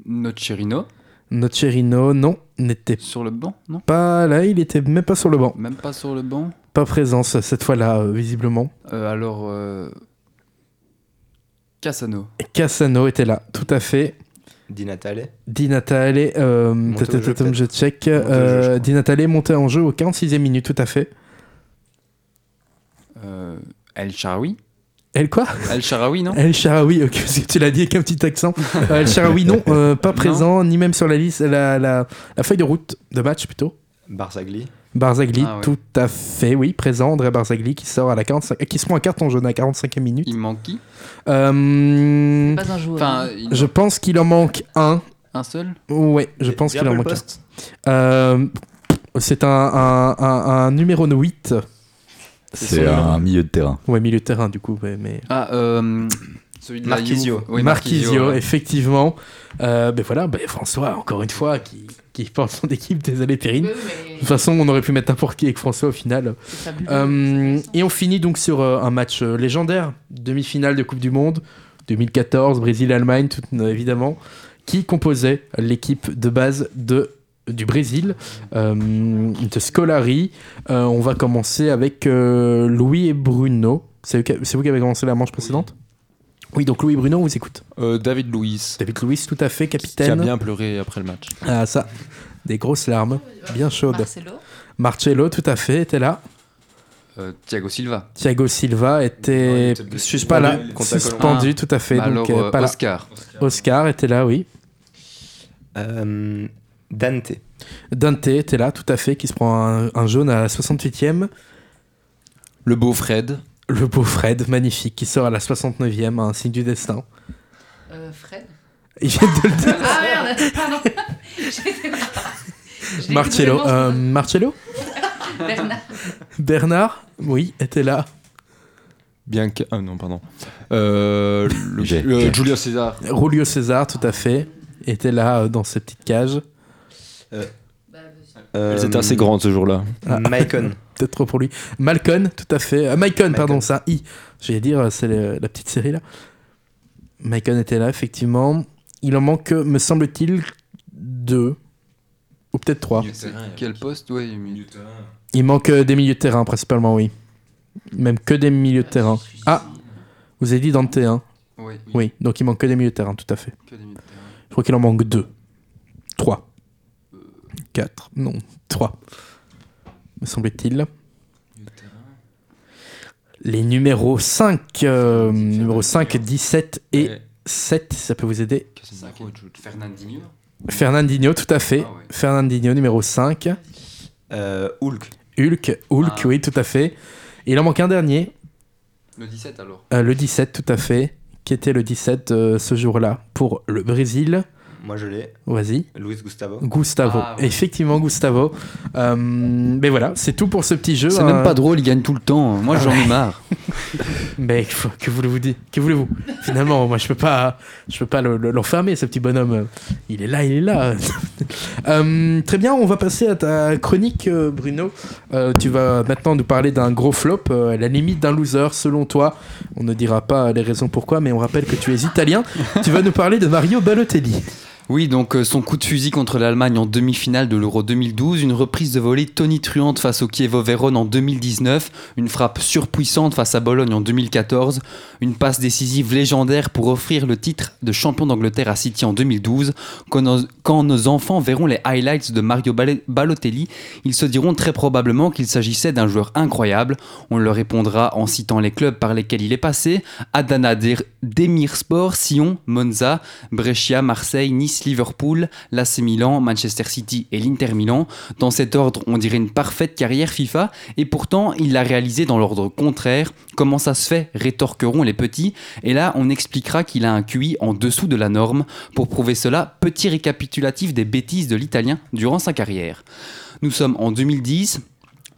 Nocerino. Nocerino, non, n'était Sur le banc, non pas là, il était même pas sur le banc. Même pas sur le banc. Pas présent ce- cette fois-là, euh, visiblement. Euh, alors. euh, Cassano. Et Cassano était là, tout à fait. Di Natale. Di Natale, euh, Monté au tatatam, jeu, peut-être je check. au jeu, je euh, crois. Di Natale monté en jeu au 46 e minute, tout à fait. Euh, El Sharawi. Elle quoi El Sharawi, non El Sharawi, ok, parce que tu l'as dit avec un petit accent. Euh, El Sharawi, non, euh, pas Non. présent, ni même sur la liste, la, la- la feuille de route de match plutôt. Barzagli. Barzagli, Ah ouais. tout à fait, oui, présent. André Barzagli qui sort à la 45, euh, qui se prend un carton jaune à la 45e minute. Il manque qui Euh, Pas un joueur. Enfin, il- je pense qu'il en manque un. un seul Ouais, je pense qu'il en Diable manque Post. un. Euh, C'est un, un, un, un numéro 8. C'est un milieu de terrain. Ouais, milieu de terrain, du coup. ouais, mais... Ah, euh, celui de la Marquisio. Juve. Oui, Marquisio, ouais. effectivement. Euh, ben voilà, ben François, encore une fois, qui, qui porte son équipe, désolé Périne. euh, De toute façon, on aurait pu mettre n'importe qui avec François au final. Euh, et on finit donc sur euh, un match euh, légendaire, demi-finale de Coupe du Monde, 2014, Brésil-Allemagne, tout euh, évidemment, qui composait l'équipe de base de du Brésil, euh, de Scolari. Euh, on va commencer avec euh, Louis et Bruno. C'est eux qui- c'est vous qui avez commencé la manche précédente Oui, donc Louis et Bruno, on vous écoute. Euh, David Luiz, David Louis, tout à fait, qui a capitaine. bien pleuré après le match. Ah, ça, des grosses larmes, bien chaudes. Marcelo. Marcello, tout à fait, était là. Euh, Thiago Silva. Thiago Silva était pas là, suspendu, tout à fait. Alors, donc, euh, euh, pas là. Oscar. Oscar était là, oui. Euh, Dante. Dante était là, tout à fait, qui se prend un, un jaune à la 68e. Le beau Fred. Le beau Fred, magnifique, qui sort à la 69e, un signe du destin. Euh, Fred. Il vient de le dire. Ah merde, pardon. J'étais pas- j'étais Marcello. complètement- euh, Marcello Bernard. Bernard Oui, était là. Bien que. Ah non, pardon. Euh, le- J'ai- le- j'ai- Julio César. Rulio César, tout à fait, était là euh, dans ses petites cages. Bah, Euh, Elles étaient assez grandes ce jour-là. Ah. Maicon. peut-être trop pour lui. Malcon, tout à fait. Euh, Maicon, Maicon. pardon, c'est un I. J'allais dire, euh, c'est le- la petite série là. Maicon était là, effectivement. Il en manque, euh, me semble-t-il, deux. Ou peut-être trois. Quel poste ouais, il est- Il manque euh, des milieux de terrain, principalement, oui. Même que des milieux de terrain. Ah Vous avez dit Dante, hein Ouais, oui, Oui, donc il manque que des milieux de terrain, tout à fait. que des milieux de terrain. Euh. Je crois qu'il en manque deux. Trois. Quatre. Non, trois. Me semble-t-il. Milieu de terrain. Les numéros euh, 5, numéro 5, 17 et Ouais, 7, ça peut vous aider. Casemiro, il joue de Fernandinho. Fernandinho, tout à fait. Ah ouais. Fernandinho, numéro 5. Euh, Hulk. Hulk, Hulk, Ah. oui, tout à fait. Et il en manque un dernier, Le 17 alors. euh, le 17, tout à fait, qui était le 17 euh, ce jour-là pour le Brésil. Moi je l'ai. Vas-y. Luis Gustavo. Gustavo. Ah, ouais. Effectivement, Gustavo. Euh, mais voilà, c'est tout pour ce petit jeu. C'est hein. même pas drôle, il gagne tout le temps. Moi j'en ai marre. Mais faut- que voulez-vous dire Que voulez-vous Finalement, moi je peux pas, je peux pas le- le- l'enfermer, ce petit bonhomme. Il est là, il est là. Euh, très bien, on va passer à ta chronique, euh, Bruno. Euh, tu vas maintenant nous parler d'un gros flop, euh, à la limite d'un loser, selon toi. On ne dira pas les raisons pourquoi, mais on rappelle que tu es italien. tu vas nous parler de Mario Balotelli. Oui, donc euh, son coup de fusil contre l'Allemagne en demi-finale de l'Euro 2012, une reprise de volée tonitruante face au Kievo Vérone en 2019, une frappe surpuissante face à Bologne en 2014, une passe décisive légendaire pour offrir le titre de champion d'Angleterre à City en 2012. Quand nos, quand nos enfants verront les highlights de Mario Bale- Balotelli, ils se diront très probablement qu'il s'agissait d'un joueur incroyable. On leur répondra en citant les clubs par lesquels il est passé, Adana Der- Demirspor, Sion, Monza, Brescia, Marseille, Nice, Liverpool, l'AC Milan, Manchester City et l'Inter Milan. Dans cet ordre, on dirait une parfaite carrière FIFA, et pourtant, il l'a réalisé dans l'ordre contraire. Comment ça se fait rétorqueront les petits. Et là, on expliquera qu'il a un QI en dessous de la norme. Pour prouver cela, petit récapitulatif des bêtises de l'Italien durant sa carrière. Nous sommes en 2010.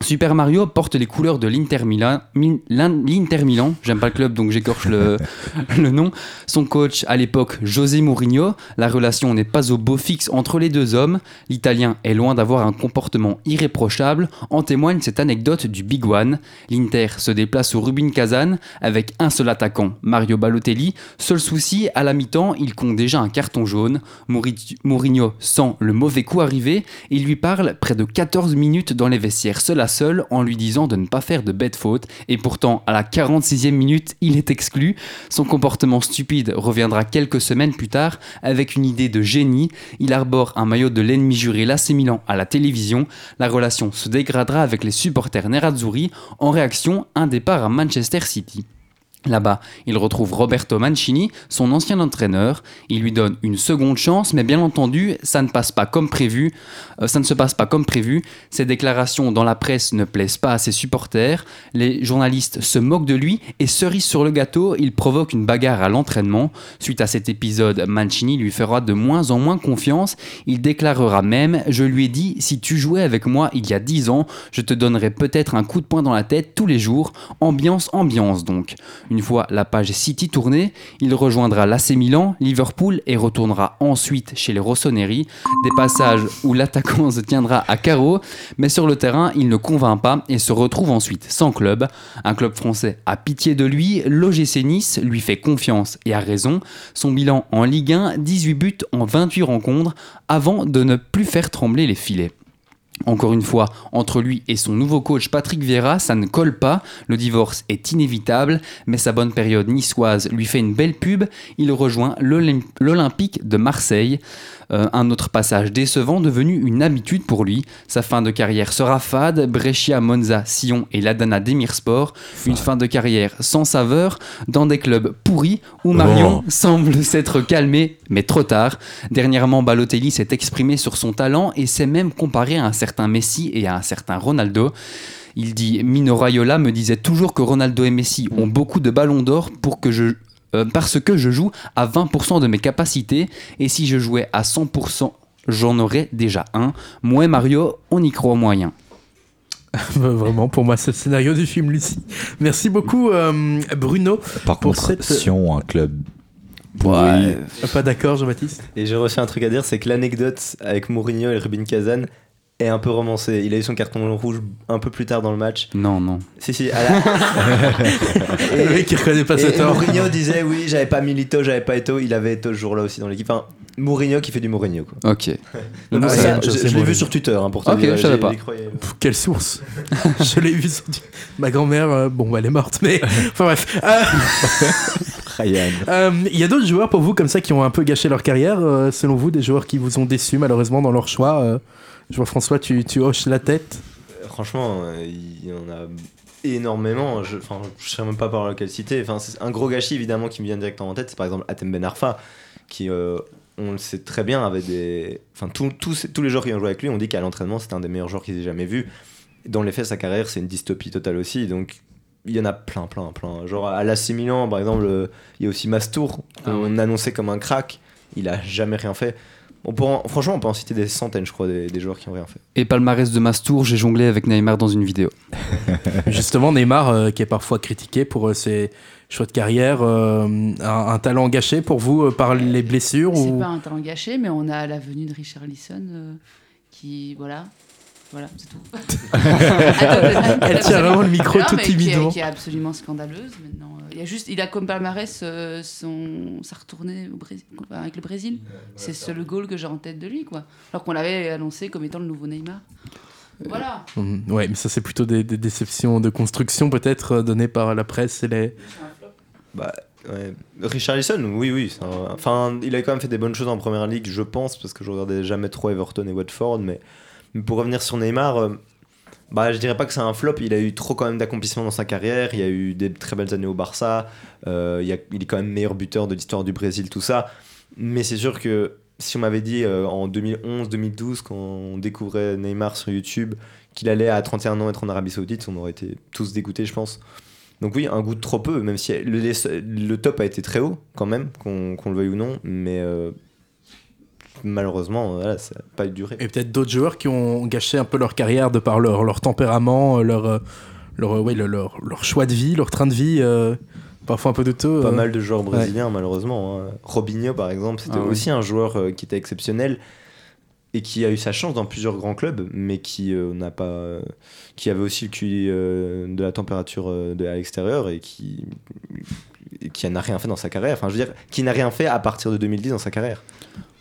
Super Mario porte les couleurs de l'Inter Milan. Min- l'In- L'Inter Milan, j'aime pas le club donc j'écorche le, le nom. Son coach à l'époque, José Mourinho. La relation n'est pas au beau fixe entre les deux hommes. L'Italien est loin d'avoir un comportement irréprochable. En témoigne cette anecdote du Big One. L'Inter se déplace au Rubin Kazan avec un seul attaquant, Mario Balotelli. Seul souci, à la mi-temps, il compte déjà un carton jaune. Mouri- Mourinho sent le mauvais coup arriver et lui parle près de 14 minutes dans les vestiaires seul à seul en lui disant de ne pas faire de bêtes fautes. Et pourtant, à la 46e minute, il est exclu. Son comportement stupide reviendra quelques semaines plus tard avec une idée de génie. Il arbore un maillot de l'ennemi juré l'AC Milan à la télévision. La relation se dégradera avec les supporters Nerazzurri. En réaction, un départ à Manchester City. Là-bas, il retrouve Roberto Mancini, son ancien entraîneur. Il lui donne une seconde chance, mais bien entendu, ça ne passe pas comme prévu. Euh, ça ne se passe pas comme prévu. Ses déclarations dans la presse ne plaisent pas à ses supporters. Les journalistes se moquent de lui et cerise sur le gâteau, il provoque une bagarre à l'entraînement. Suite à cet épisode, Mancini lui fera de moins en moins confiance. Il déclarera même Je lui ai dit, si tu jouais avec moi il y a 10 ans, je te donnerais peut-être un coup de poing dans la tête tous les jours. Ambiance, ambiance donc. Une fois la page City tournée, il rejoindra l'AC Milan, Liverpool et retournera ensuite chez les Rossoneri. Des passages où l'attaquant se tiendra à carreau, mais sur le terrain, il ne convainc pas et se retrouve ensuite sans club. Un club français a pitié de lui, l'OGC Nice lui fait confiance et a raison. Son bilan en Ligue 1, 18 buts en 28 rencontres avant de ne plus faire trembler les filets. Encore une fois, entre lui et son nouveau coach Patrick Vieira, ça ne colle pas, le divorce est inévitable, mais sa bonne période niçoise lui fait une belle pub, il rejoint l'Olym- l'Olympique de Marseille, Euh, un autre passage décevant devenu une habitude pour lui, sa fin de carrière sera fade, Brescia, Monza, Sion et l'Adana Demirspor, une fin de carrière sans saveur, dans des clubs pourris où Marion semble s'être calmé, mais trop tard. Dernièrement, Balotelli s'est exprimé sur son talent et s'est même comparé à un certain Messi et à un certain Ronaldo. Il dit Mino Raiola me disait toujours que Ronaldo et Messi ont beaucoup de ballons d'or pour que je euh, parce que je joue à 20% de mes capacités et si je jouais à 100% j'en aurais déjà un. Moi et Mario, on y croit moyen. Bah, Vraiment, pour moi, c'est le scénario du film Lucie. Merci beaucoup, euh, Bruno. Par Pour contre, cette- Sion, un club. Ouais. Pas d'accord, Jean-Baptiste Et j'ai reçu un truc à dire, c'est que l'anecdote avec Mourinho et Rubin Kazan est un peu romancée. Il a eu son carton rouge un peu plus tard dans le match. Non, non. Si, si, à la... Le mec qui reconnaît pas Et- ses et torts. Mourinho disait oui, j'avais pas Milito, j'avais pas Eto, il avait Eto ce jour-là aussi dans l'équipe. Enfin, Mourinho qui fait du Mourinho quoi. Ok. Donc Ah, ça, c'est la même je chose, c'est je l'ai Mourinho. vu sur Twitter hein, pour te Ok, dire, je savais j'y- pas. j'y croyais. Pff, Quelle source Je l'ai vu sur- Ma grand-mère, euh, bon, bah, elle est morte, mais. Enfin bref. Euh, Ryan. euh, Il y a d'autres joueurs pour vous, comme ça, qui ont un peu gâché leur carrière, euh, selon vous, des joueurs qui vous ont déçu, malheureusement, dans leur choix euh, Je vois François, tu, tu hoches la tête. Franchement, euh, il y en a énormément. Je, enfin, je sais même pas par lequel citer. Enfin, c'est un gros gâchis évidemment qui me vient directement en tête, c'est par exemple Atem Ben Arfa, qui euh, on le sait très bien avait des. Enfin, tous- tous tous les joueurs qui ont joué avec lui, on dit qu'à l'entraînement c'était un des meilleurs joueurs qu'ils aient jamais vu. Dans les faits, sa carrière c'est une dystopie totale aussi. Donc il y en a plein, plein, plein. Genre à l'AC Milan, par exemple, euh, il y a aussi Mastour, qu'on annonçait comme un crack. Il a jamais rien fait. On peut en- franchement, on peut en citer des centaines, je crois, des, des joueurs qui ont rien fait. Et palmarès de Mastour, j'ai jonglé avec Neymar dans une vidéo. Justement, Neymar, euh, qui est parfois critiqué pour euh, ses choix de carrière, euh, un, un talent gâché pour vous euh, par les blessures C'est ou... pas un talent gâché, mais on a la venue de Richard Lisson euh, qui, voilà. Voilà, c'est tout. Elle Elle tient vraiment le micro tout timidement. Qui, est absolument scandaleuse maintenant. euh, Il, y a juste, il a comme palmarès euh, son, sa retournée au Brésil, avec le Brésil. C'est ce- le goal que j'ai en tête de lui, quoi. Alors qu'on l'avait annoncé comme étant le nouveau Neymar. Voilà. Mhm, Ouais, mais ça, c'est plutôt des, des déceptions de construction, peut-être, euh, données par la presse et les. Bah, Ouais. Richarlison, oui, oui. c'est un- Enfin, il a quand même fait des bonnes choses en première ligue, je pense, parce que je regardais jamais trop Everton et Watford. Mais, mais pour revenir sur Neymar, euh, bah, je dirais pas que c'est un flop. Il a eu trop quand même d'accomplissements dans sa carrière. Il y a eu des très belles années au Barça. euh, il, y a- il est quand même meilleur buteur de l'histoire du Brésil, tout ça. Mais c'est sûr que si on m'avait dit euh, en 2011, 2012, quand on découvrait Neymar sur YouTube, qu'il allait à 31 ans être en Arabie Saoudite, on aurait été tous dégoûtés, je pense. Donc oui, un goût de trop peu, même si le, le top a été très haut quand même, qu'on qu'on le veuille ou non, mais euh, malheureusement, voilà, ça n'a pas duré. Et peut-être d'autres joueurs qui ont gâché un peu leur carrière de par leur, leur tempérament, euh, leur, euh, leur, euh, ouais, leur, leur- leur choix de vie, leur train de vie, euh, parfois un peu douteux. Pas euh. mal de joueurs brésiliens, malheureusement. hein. Robinho, par exemple, c'était Ah oui. aussi un joueur euh, qui était exceptionnel et qui a eu sa chance dans plusieurs grands clubs, mais qui euh, n'a pas, euh, qui avait aussi le QI euh, de la température euh, de, à l'extérieur et qui et qui n'a rien fait dans sa carrière. Enfin, je veux dire, qui n'a rien fait à partir de 2010 dans sa carrière.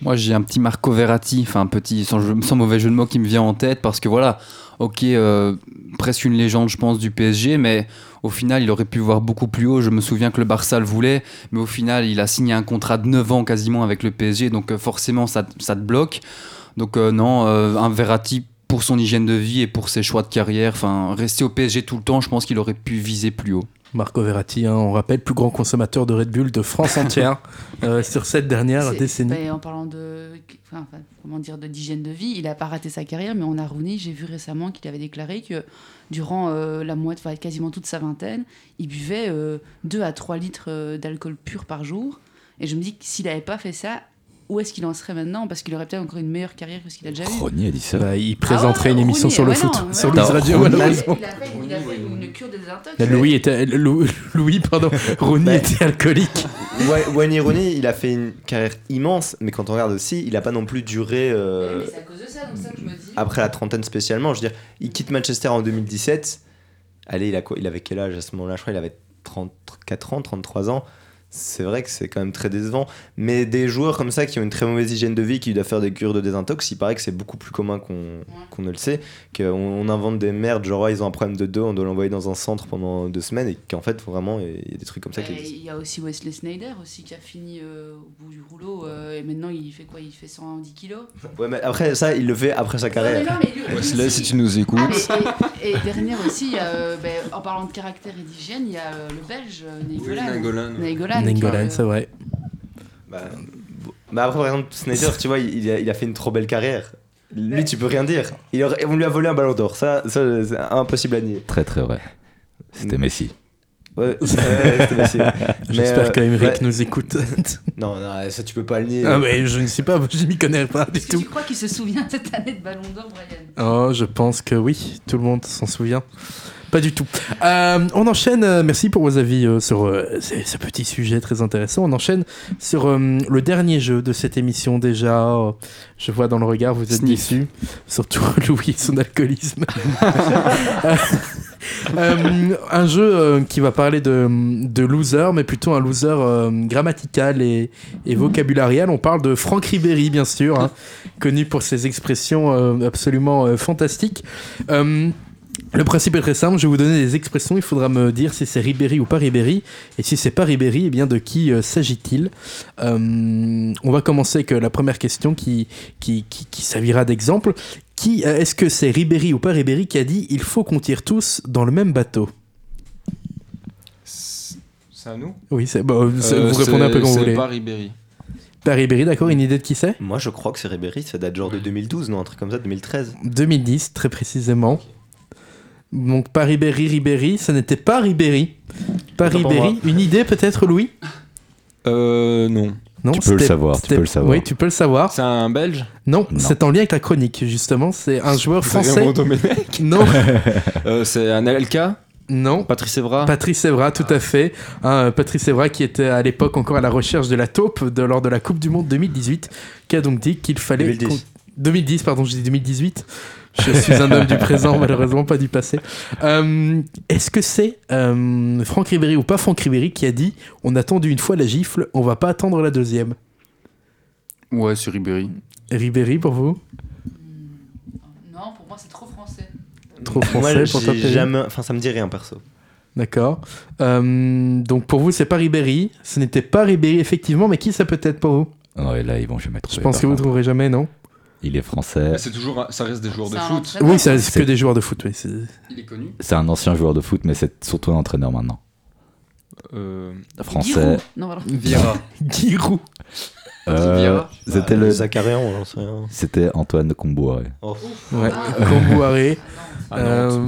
Moi, j'ai un petit Marco Verratti, enfin un petit, sans, jeu- sans mauvais jeu de mots, qui me vient en tête parce que voilà, ok, euh, presque une légende, je pense, du PSG, mais au final, il aurait pu voir beaucoup plus haut. Je me souviens que le Barça le voulait, mais au final, il a signé un contrat de 9 ans quasiment avec le PSG, donc euh, forcément, ça, te- ça te bloque. Donc, euh, non, euh, un Verratti pour son hygiène de vie et pour ses choix de carrière, enfin, rester au PSG tout le temps, je pense qu'il aurait pu viser plus haut. Marco Verratti, hein, on rappelle, plus grand consommateur de Red Bull de France entière euh, sur cette dernière C'est- décennie. ben, en parlant de, enfin, enfin, comment dire, de d'hygiène de vie, il a pas raté sa carrière, mais on a Rooney, j'ai vu récemment qu'il avait déclaré que durant euh, la moitié, enfin, quasiment toute sa vingtaine, il buvait 2 à 3 litres euh, d'alcool pur par jour. Et je me dis que s'il n'avait pas fait ça, où est-ce qu'il en serait maintenant Parce qu'il aurait peut-être encore une meilleure carrière que ce qu'il a déjà eu. Ronnie a dit ça. Bah, Ah il présenterait une émission sur le foot, sur le Louis Radio, malheureusement. Il a fait, il a fait une cure des intox. Louis était, Lou- Louis, pardon, Ronnie Bah. était alcoolique. Ouais, Wayne Rooney, il a fait une carrière immense, mais quand on regarde aussi, il a pas non plus duré euh, Mais c'est à cause de ça, donc ça que je me dis. après la trentaine spécialement. Je veux dire, il quitte Manchester en 2017. Allez, il, a quoi, il avait quel âge à ce moment-là Je crois qu'il avait 34 ans, 33 ans. C'est vrai que c'est quand même très décevant. Mais des joueurs comme ça qui ont une très mauvaise hygiène de vie, qui doivent faire des cures de désintox, il paraît que c'est beaucoup plus commun qu'on qu'on ne le sait. Qu'on on invente des merdes, genre ah, ils ont un problème de dos, on doit l'envoyer dans un centre pendant deux semaines, et qu'en fait, vraiment, il y a des trucs comme ça qui Et existent. Il y a aussi Wesley Snyder aussi qui a fini euh, au bout du rouleau euh, et maintenant il fait quoi Il fait 110 kilos Ouais, mais après, ça, il le fait après sa Non, mais carrière. non, mais lui- lui Wesley, aussi- si tu nous écoutes. Ah, mais- et, et dernière aussi, il y a, euh, ben, en parlant de caractère et d'hygiène, il y a euh, le Belge euh, Nainggolan. Nainggolan, qui, Nengolan, euh, c'est vrai. Bah, bon. Bah après, par exemple, Snyder, tu vois, il a, il a fait une trop belle carrière. Lui, tu peux rien dire. Il aurait- on lui a volé un ballon d'or. Ça, ça, c'est impossible à nier. Très très vrai. C'était Mm. Messi. Ouais, ouais, c'était facile. Mais, euh, J'espère qu'Emeric ouais. nous écoute. Non, non, ça, tu peux pas le nier. ah, mais je ne sais pas, je m'y connais pas du euh, Est-ce que tout. tu crois qu'il se souvient de cette année de Ballon d'Or, Brian Oh, je pense que oui, tout le monde s'en souvient. Pas du tout. Euh, on enchaîne, euh, merci pour vos avis euh, sur euh, ce ce petit sujet très intéressant. On enchaîne sur euh, le dernier jeu de cette émission déjà. Euh, je vois dans le regard, vous êtes Sniff. déçus. Surtout Louis et son alcoolisme. Euh, un jeu euh, qui va parler de, de loser, mais plutôt un loser euh, grammatical et, et vocabulariel. On parle de Franck Ribéry, bien sûr, hein, connu pour ses expressions euh, absolument euh, fantastiques. Euh, le principe est très simple, je vais vous donner des expressions, il faudra me dire si c'est Ribéry ou pas Ribéry, et si c'est pas Ribéry, eh bien de qui euh, s'agit-il Euh, On va commencer avec euh, la première question qui, qui, qui, qui servira d'exemple. Qui euh, Est-ce que c'est Ribéry ou pas Ribéry qui a dit « Il faut qu'on tire tous dans le même bateau C'est à nous ?» Oui, c'est, bah, c'est- vous répondez un peu comme vous voulez. Euh, C'est pas Pas... Ribéry. Ribéry, d'accord, une idée de qui c'est Moi, je crois que c'est Ribéry. Ça date genre de 2012, non Un truc comme ça, 2013. 2010, très précisément. Donc pas Ribéry, Ribéry, ça n'était pas Ribéry. Pas Autant pour Ribéry, moi. une idée peut-être Louis Euh, non. non, Tu peux le c'était- savoir, tu c'était- peux le savoir. Oui, tu peux le savoir. C'est un Belge Non, Non. c'est en lien avec la chronique, justement. C'est un joueur français. Non, Euh, C'est un LK non. Patrice Hein. Evra Patrice Evra, tout à fait. Hein, euh, Patrice Evra qui était à l'époque encore à la recherche de la taupe de, lors de la Coupe du Monde 2018, qui a donc dit qu'il fallait... 2010. qu'on- 2010, pardon, je dis 2018. Je suis un homme du présent, malheureusement pas du passé. Euh, Est-ce que c'est euh, Franck Ribéry ou pas Franck Ribéry qui a dit « On a attendu une fois la gifle, on va pas attendre la deuxième Ouais, sur Ribéry. ». Ribéry pour vous Non, pour moi c'est trop français. Trop français Moi, pour toi, j'ai Perrine jamais. Enfin, ça me dit rien perso. D'accord. Euh, donc pour vous, c'est pas Ribéry. Ce n'était pas Ribéry, effectivement, mais qui ça peut être pour vous Non, Oh, et là, ils vont jamais trouver. Je pense par que vous ne contre. trouverez jamais, non Il est français. C'est toujours, un- ça reste des joueurs de C'est un foot. entraîneur. Ah Oui, ça- c'est que C'est- des joueurs de foot. oui, c'est- Il est connu. C'est un ancien joueur de foot, mais c'est surtout un entraîneur maintenant. Euh, Français. Giroud. Non, voilà. Vira. Giroud. Euh, Vieira. c'était Bah, le. Zakarian, j'en sais rien. C'était Antoine Comboiré. Oh. Ouais. Euh, Ah. Comboiré. ah non, c'est pas Euh,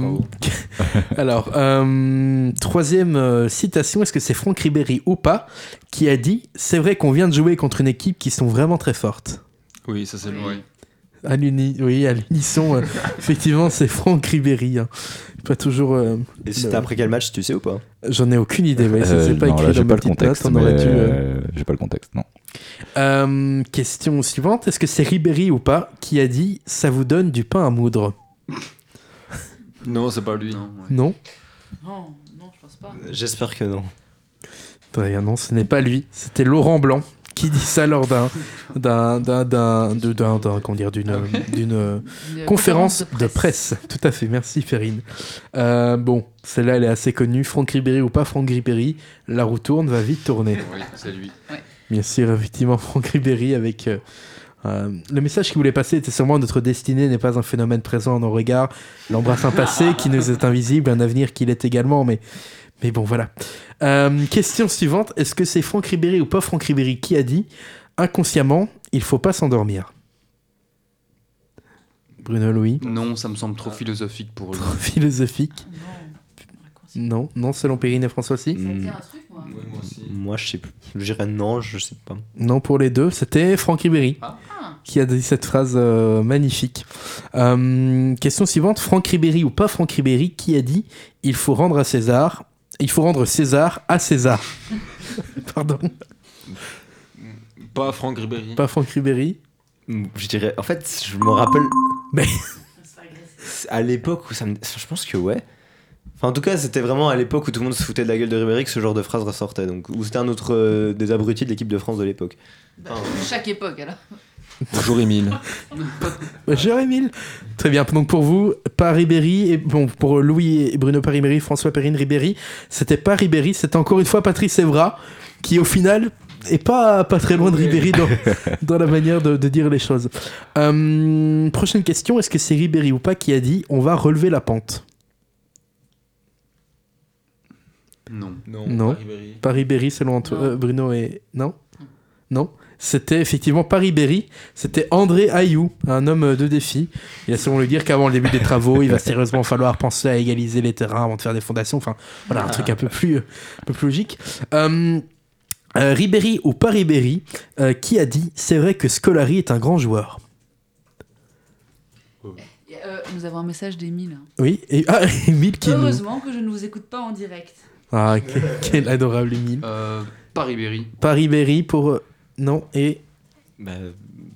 beau. Alors, euh, troisième euh, citation, est-ce que c'est Franck Ribéry ou pas qui a dit C'est vrai qu'on vient de jouer contre une équipe qui sont vraiment très fortes. Oui, ça c'est le. Oui. À l'uni, oui, à l'unisson, euh, effectivement, c'est Franck Ribéry. hein. Pas toujours. euh, Et c'était après quel match, tu sais ou pas J'en ai aucune idée. mais Euh, c'est pas non, écrit là, dans j'ai ma pas le petite contexte. note, on aurait mais, dû, euh, euh, J'ai pas le contexte, non. Euh, question suivante. Est-ce que c'est Ribéry ou pas qui a dit ça vous donne du pain à moudre Non, c'est pas lui. Non Ah, Non, non, je pense pas. J'espère que non. Très bien, non, ce n'est pas lui. C'était Laurent Blanc qui dit ça lors d'un d'un d'un d'un de- d'un- d'un- comment dire d'une d'une euh, Une Ah conférence de presse. Tout à fait. Merci Ferrine. Euh, bon, celle-là elle est assez connue. Franck Ribéry ou pas Franck Ribéry, la roue tourne, va vite tourner. Oui, c'est lui. Bien sûr, effectivement, Franck Ribéry avec. euh, euh, le message qu'il voulait passer était sûrement notre destinée n'est pas un phénomène présent à nos regards, l'embrasse un passé qui nous est invisible, un avenir qui l'est également, mais Mais bon, voilà. Euh, question suivante est-ce que c'est Franck Ribéry ou pas Franck Ribéry qui a dit inconsciemment, il faut pas s'endormir Bruno Louis, Non, ça me semble trop philosophique pour lui. trop philosophique. Non, non, selon Perrine et François aussi. Ça dit un truc, moi. Hmm. Moi, je sais plus. Je dirais non, je sais pas. Non, pour les deux, c'était Franck Ribéry Ah. qui a dit cette phrase euh, magnifique. Euh, question suivante Franck Ribéry ou pas Franck Ribéry qui a dit il faut rendre à César, il faut rendre César à César. Pardon, Pas Franck Ribéry. pas Franck Ribéry. Je dirais. En fait, je me rappelle Mais à l'époque où ça me. Je pense que ouais. Enfin, en tout cas, c'était vraiment à l'époque où tout le monde se foutait de la gueule de Ribéry que ce genre de phrase ressortait. Donc, ou c'était un autre euh, des abrutis de l'équipe de France de l'époque. Bah, chaque époque, alors. Bonjour Émile. Jérémy Très bien, donc pour vous, pas Ribéry, et bon, pour Louis et Bruno pas Ribéry, François Perrine Ribéry, c'était pas Ribéry, c'était encore une fois Patrice Evra, qui au final est pas, pas très loin de Ribéry dans, dans la manière de, de dire les choses. Euh, prochaine question, est-ce que c'est Ribéry ou pas qui a dit on va relever la pente Non. Non. pas Pas Ribéry selon Anto- Non. euh, Bruno et... Non Non c'était effectivement pas Ribéry, c'était André Ayou, un homme de défi. Il a selon le dire qu'avant le début des travaux, il va sérieusement falloir penser à égaliser les terrains avant de faire des fondations. Enfin, voilà, un truc un peu plus, un peu plus logique. Euh, euh, Ribéry ou pas Ribéry, euh, qui a dit C'est vrai que Scolari est un grand joueur Et, euh, nous avons un message d'Emile. Oui, et ah, Emile qui. nous- Heureusement que je ne vous écoute pas en direct. Ah, que- quel adorable Emile. Euh, pas Ribéry. Pas Ribéry pour. euh, Non, et Bah,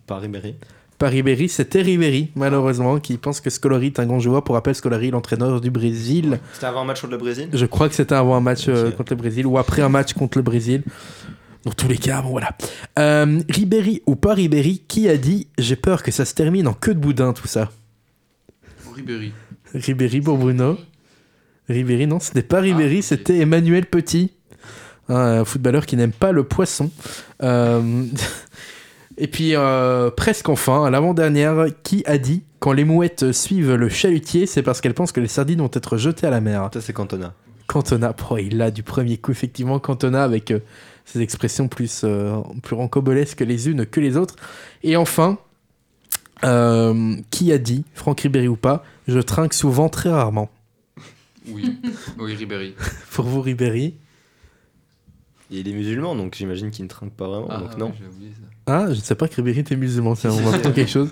pas Ribéry. Pas Ribéry, c'était Ribéry, malheureusement, qui pense que Scolari est un grand joueur. Pour rappel, Scolari, l'entraîneur du Brésil. C'était avant un match contre le Brésil Je crois que c'était avant un match euh, Ok. contre le Brésil ou après un match contre le Brésil. Dans tous les cas, bon voilà. Euh, Ribéry ou pas Ribéry, qui a dit J'ai peur que ça se termine en queue de boudin tout ça Ribéry. Ribéry pour Bruno. Ribéry, non, c'était pas Ribéry, ok. c'était Emmanuel Petit, un euh, footballeur qui n'aime pas le poisson. Euh, Et puis, euh, presque enfin, à l'avant-dernière, qui a dit Quand les mouettes suivent le chalutier, c'est parce qu'elles pensent que les sardines vont être jetées à la mer. Ça, c'est Cantona. Cantona, pro, il l'a du premier coup, effectivement. Cantona avec euh, ses expressions plus, euh, plus rancobolesques les unes que les autres. Et enfin, euh, qui a dit, Franck Ribéry ou pas, je trinque souvent très rarement Oui. Oui, Ribéry. Pour vous, Ribéry. Et il est musulman, donc j'imagine qu'il ne trinque pas vraiment. donc, non. Ah, je ne sais pas que Ribéry était musulman, tiens, on m'apprend quelque chose.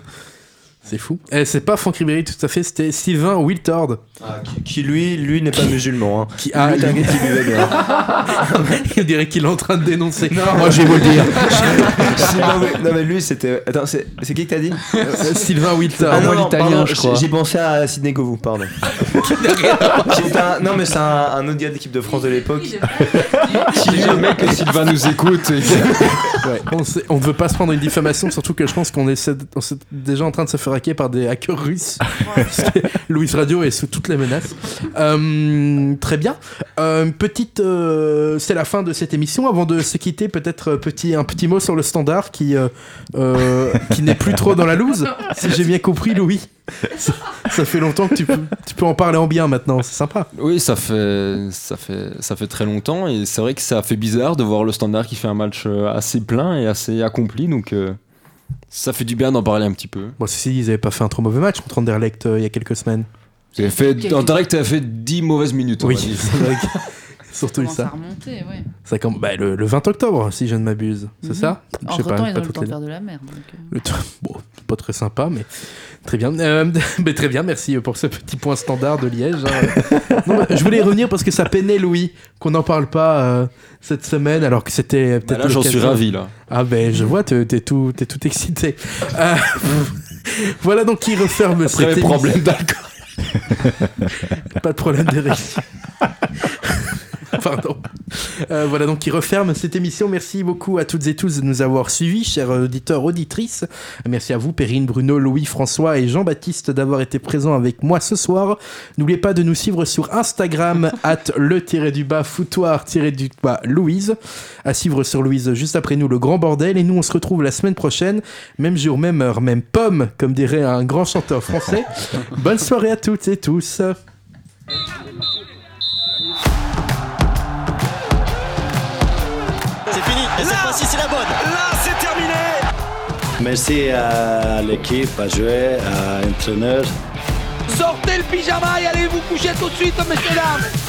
C'est fou. Eh, c'est pas Franck Ribéry, tout à fait, c'était Sylvain Wiltord. qui, lui, lui n'est pas musulman. Hein. Qui a. Lui, t'inquiète, il lui va bien. il dirait qu'il est en train de dénoncer. Moi, je vais vous le dire. non, mais, non, mais lui, c'était. Attends, c'est c'est qui que t'as dit Ah, Euh, Sylvain Wiltord. moi, l'italien, pardon, je crois. J'ai pensé à Sidney Govou, pardon. C'est un- non, mais c'est un, un autre gars de l'équipe de France de l'époque. Il- Si jamais que Sylvain nous écoute. Ouais, on sait- on ne veut pas se prendre une diffamation, surtout que je pense qu'on essaie de- on s'est déjà en train de se faire hacker par des hackers russes. Parce que Louis Radio est sous toutes les menaces. Euh, très bien. Euh, petite, euh, c'est la fin de cette émission. Avant de se quitter, peut-être euh, petit, un petit mot sur le standard qui, euh, euh, qui n'est plus trop dans la loose, si j'ai bien compris, Louis. Ça, ça fait longtemps que tu peux, tu peux en parler en bien maintenant, c'est sympa. Oui, ça fait, ça, fait, ça fait très longtemps et c'est vrai que ça fait bizarre de voir le standard qui fait un match euh, assez plein et assez accompli. Donc euh, ça fait du bien d'en parler un petit peu. Bon, ceci dit, ils n'avaient pas fait un trop mauvais match contre Anderlecht euh, il y a quelques semaines. T'as Fait, Quelques- en direct, t'as fait 10 mauvaises minutes. on Oui, va dire. c'est vrai que- Surtout commence ça. à remonter, ouais. Ça comm- bah, le, le 20 octobre, si je ne m'abuse, c'est Mhm. ça Je sais Entre temps, ils ont eu le toutes temps les- de faire de la merde. donc, euh. le tr- Bon, pas très sympa, mais très bien. Euh, mais très bien, merci pour ce petit point standard de Liège. hein. Non, mais je voulais y revenir parce que ça peinait Louis qu'on n'en parle pas euh, cette semaine, alors que c'était Bah peut-être. là, j'en suis l'occasion. ravi. Là. Ah ben, je vois, t'es t'es tout, t'es tout excité. Euh, voilà donc qui referme Après cette mes émission. problèmes d'alcool. Pas de problème, Derek. Pardon. Euh, voilà donc qui referme cette émission. Merci beaucoup à toutes et tous de nous avoir suivis, chers auditeurs, auditrices. Merci à vous, Perrine, Bruno, Louis, François et Jean-Baptiste d'avoir été présents avec moi ce soir. N'oubliez pas de nous suivre sur Instagram, at le-du-bas, foutoir-du-bas, Louise. À suivre sur Louise juste après nous, le grand bordel. Et nous, on se retrouve la semaine prochaine, même jour, même heure, même pomme, comme dirait un grand chanteur français. Bonne soirée à toutes et tous. Et cette fois-ci, c'est la bonne. Là, c'est terminé. Merci à l'équipe, à jouer, à l'entraîneur. Sortez le pyjama et allez vous coucher tout de suite, messieurs dames.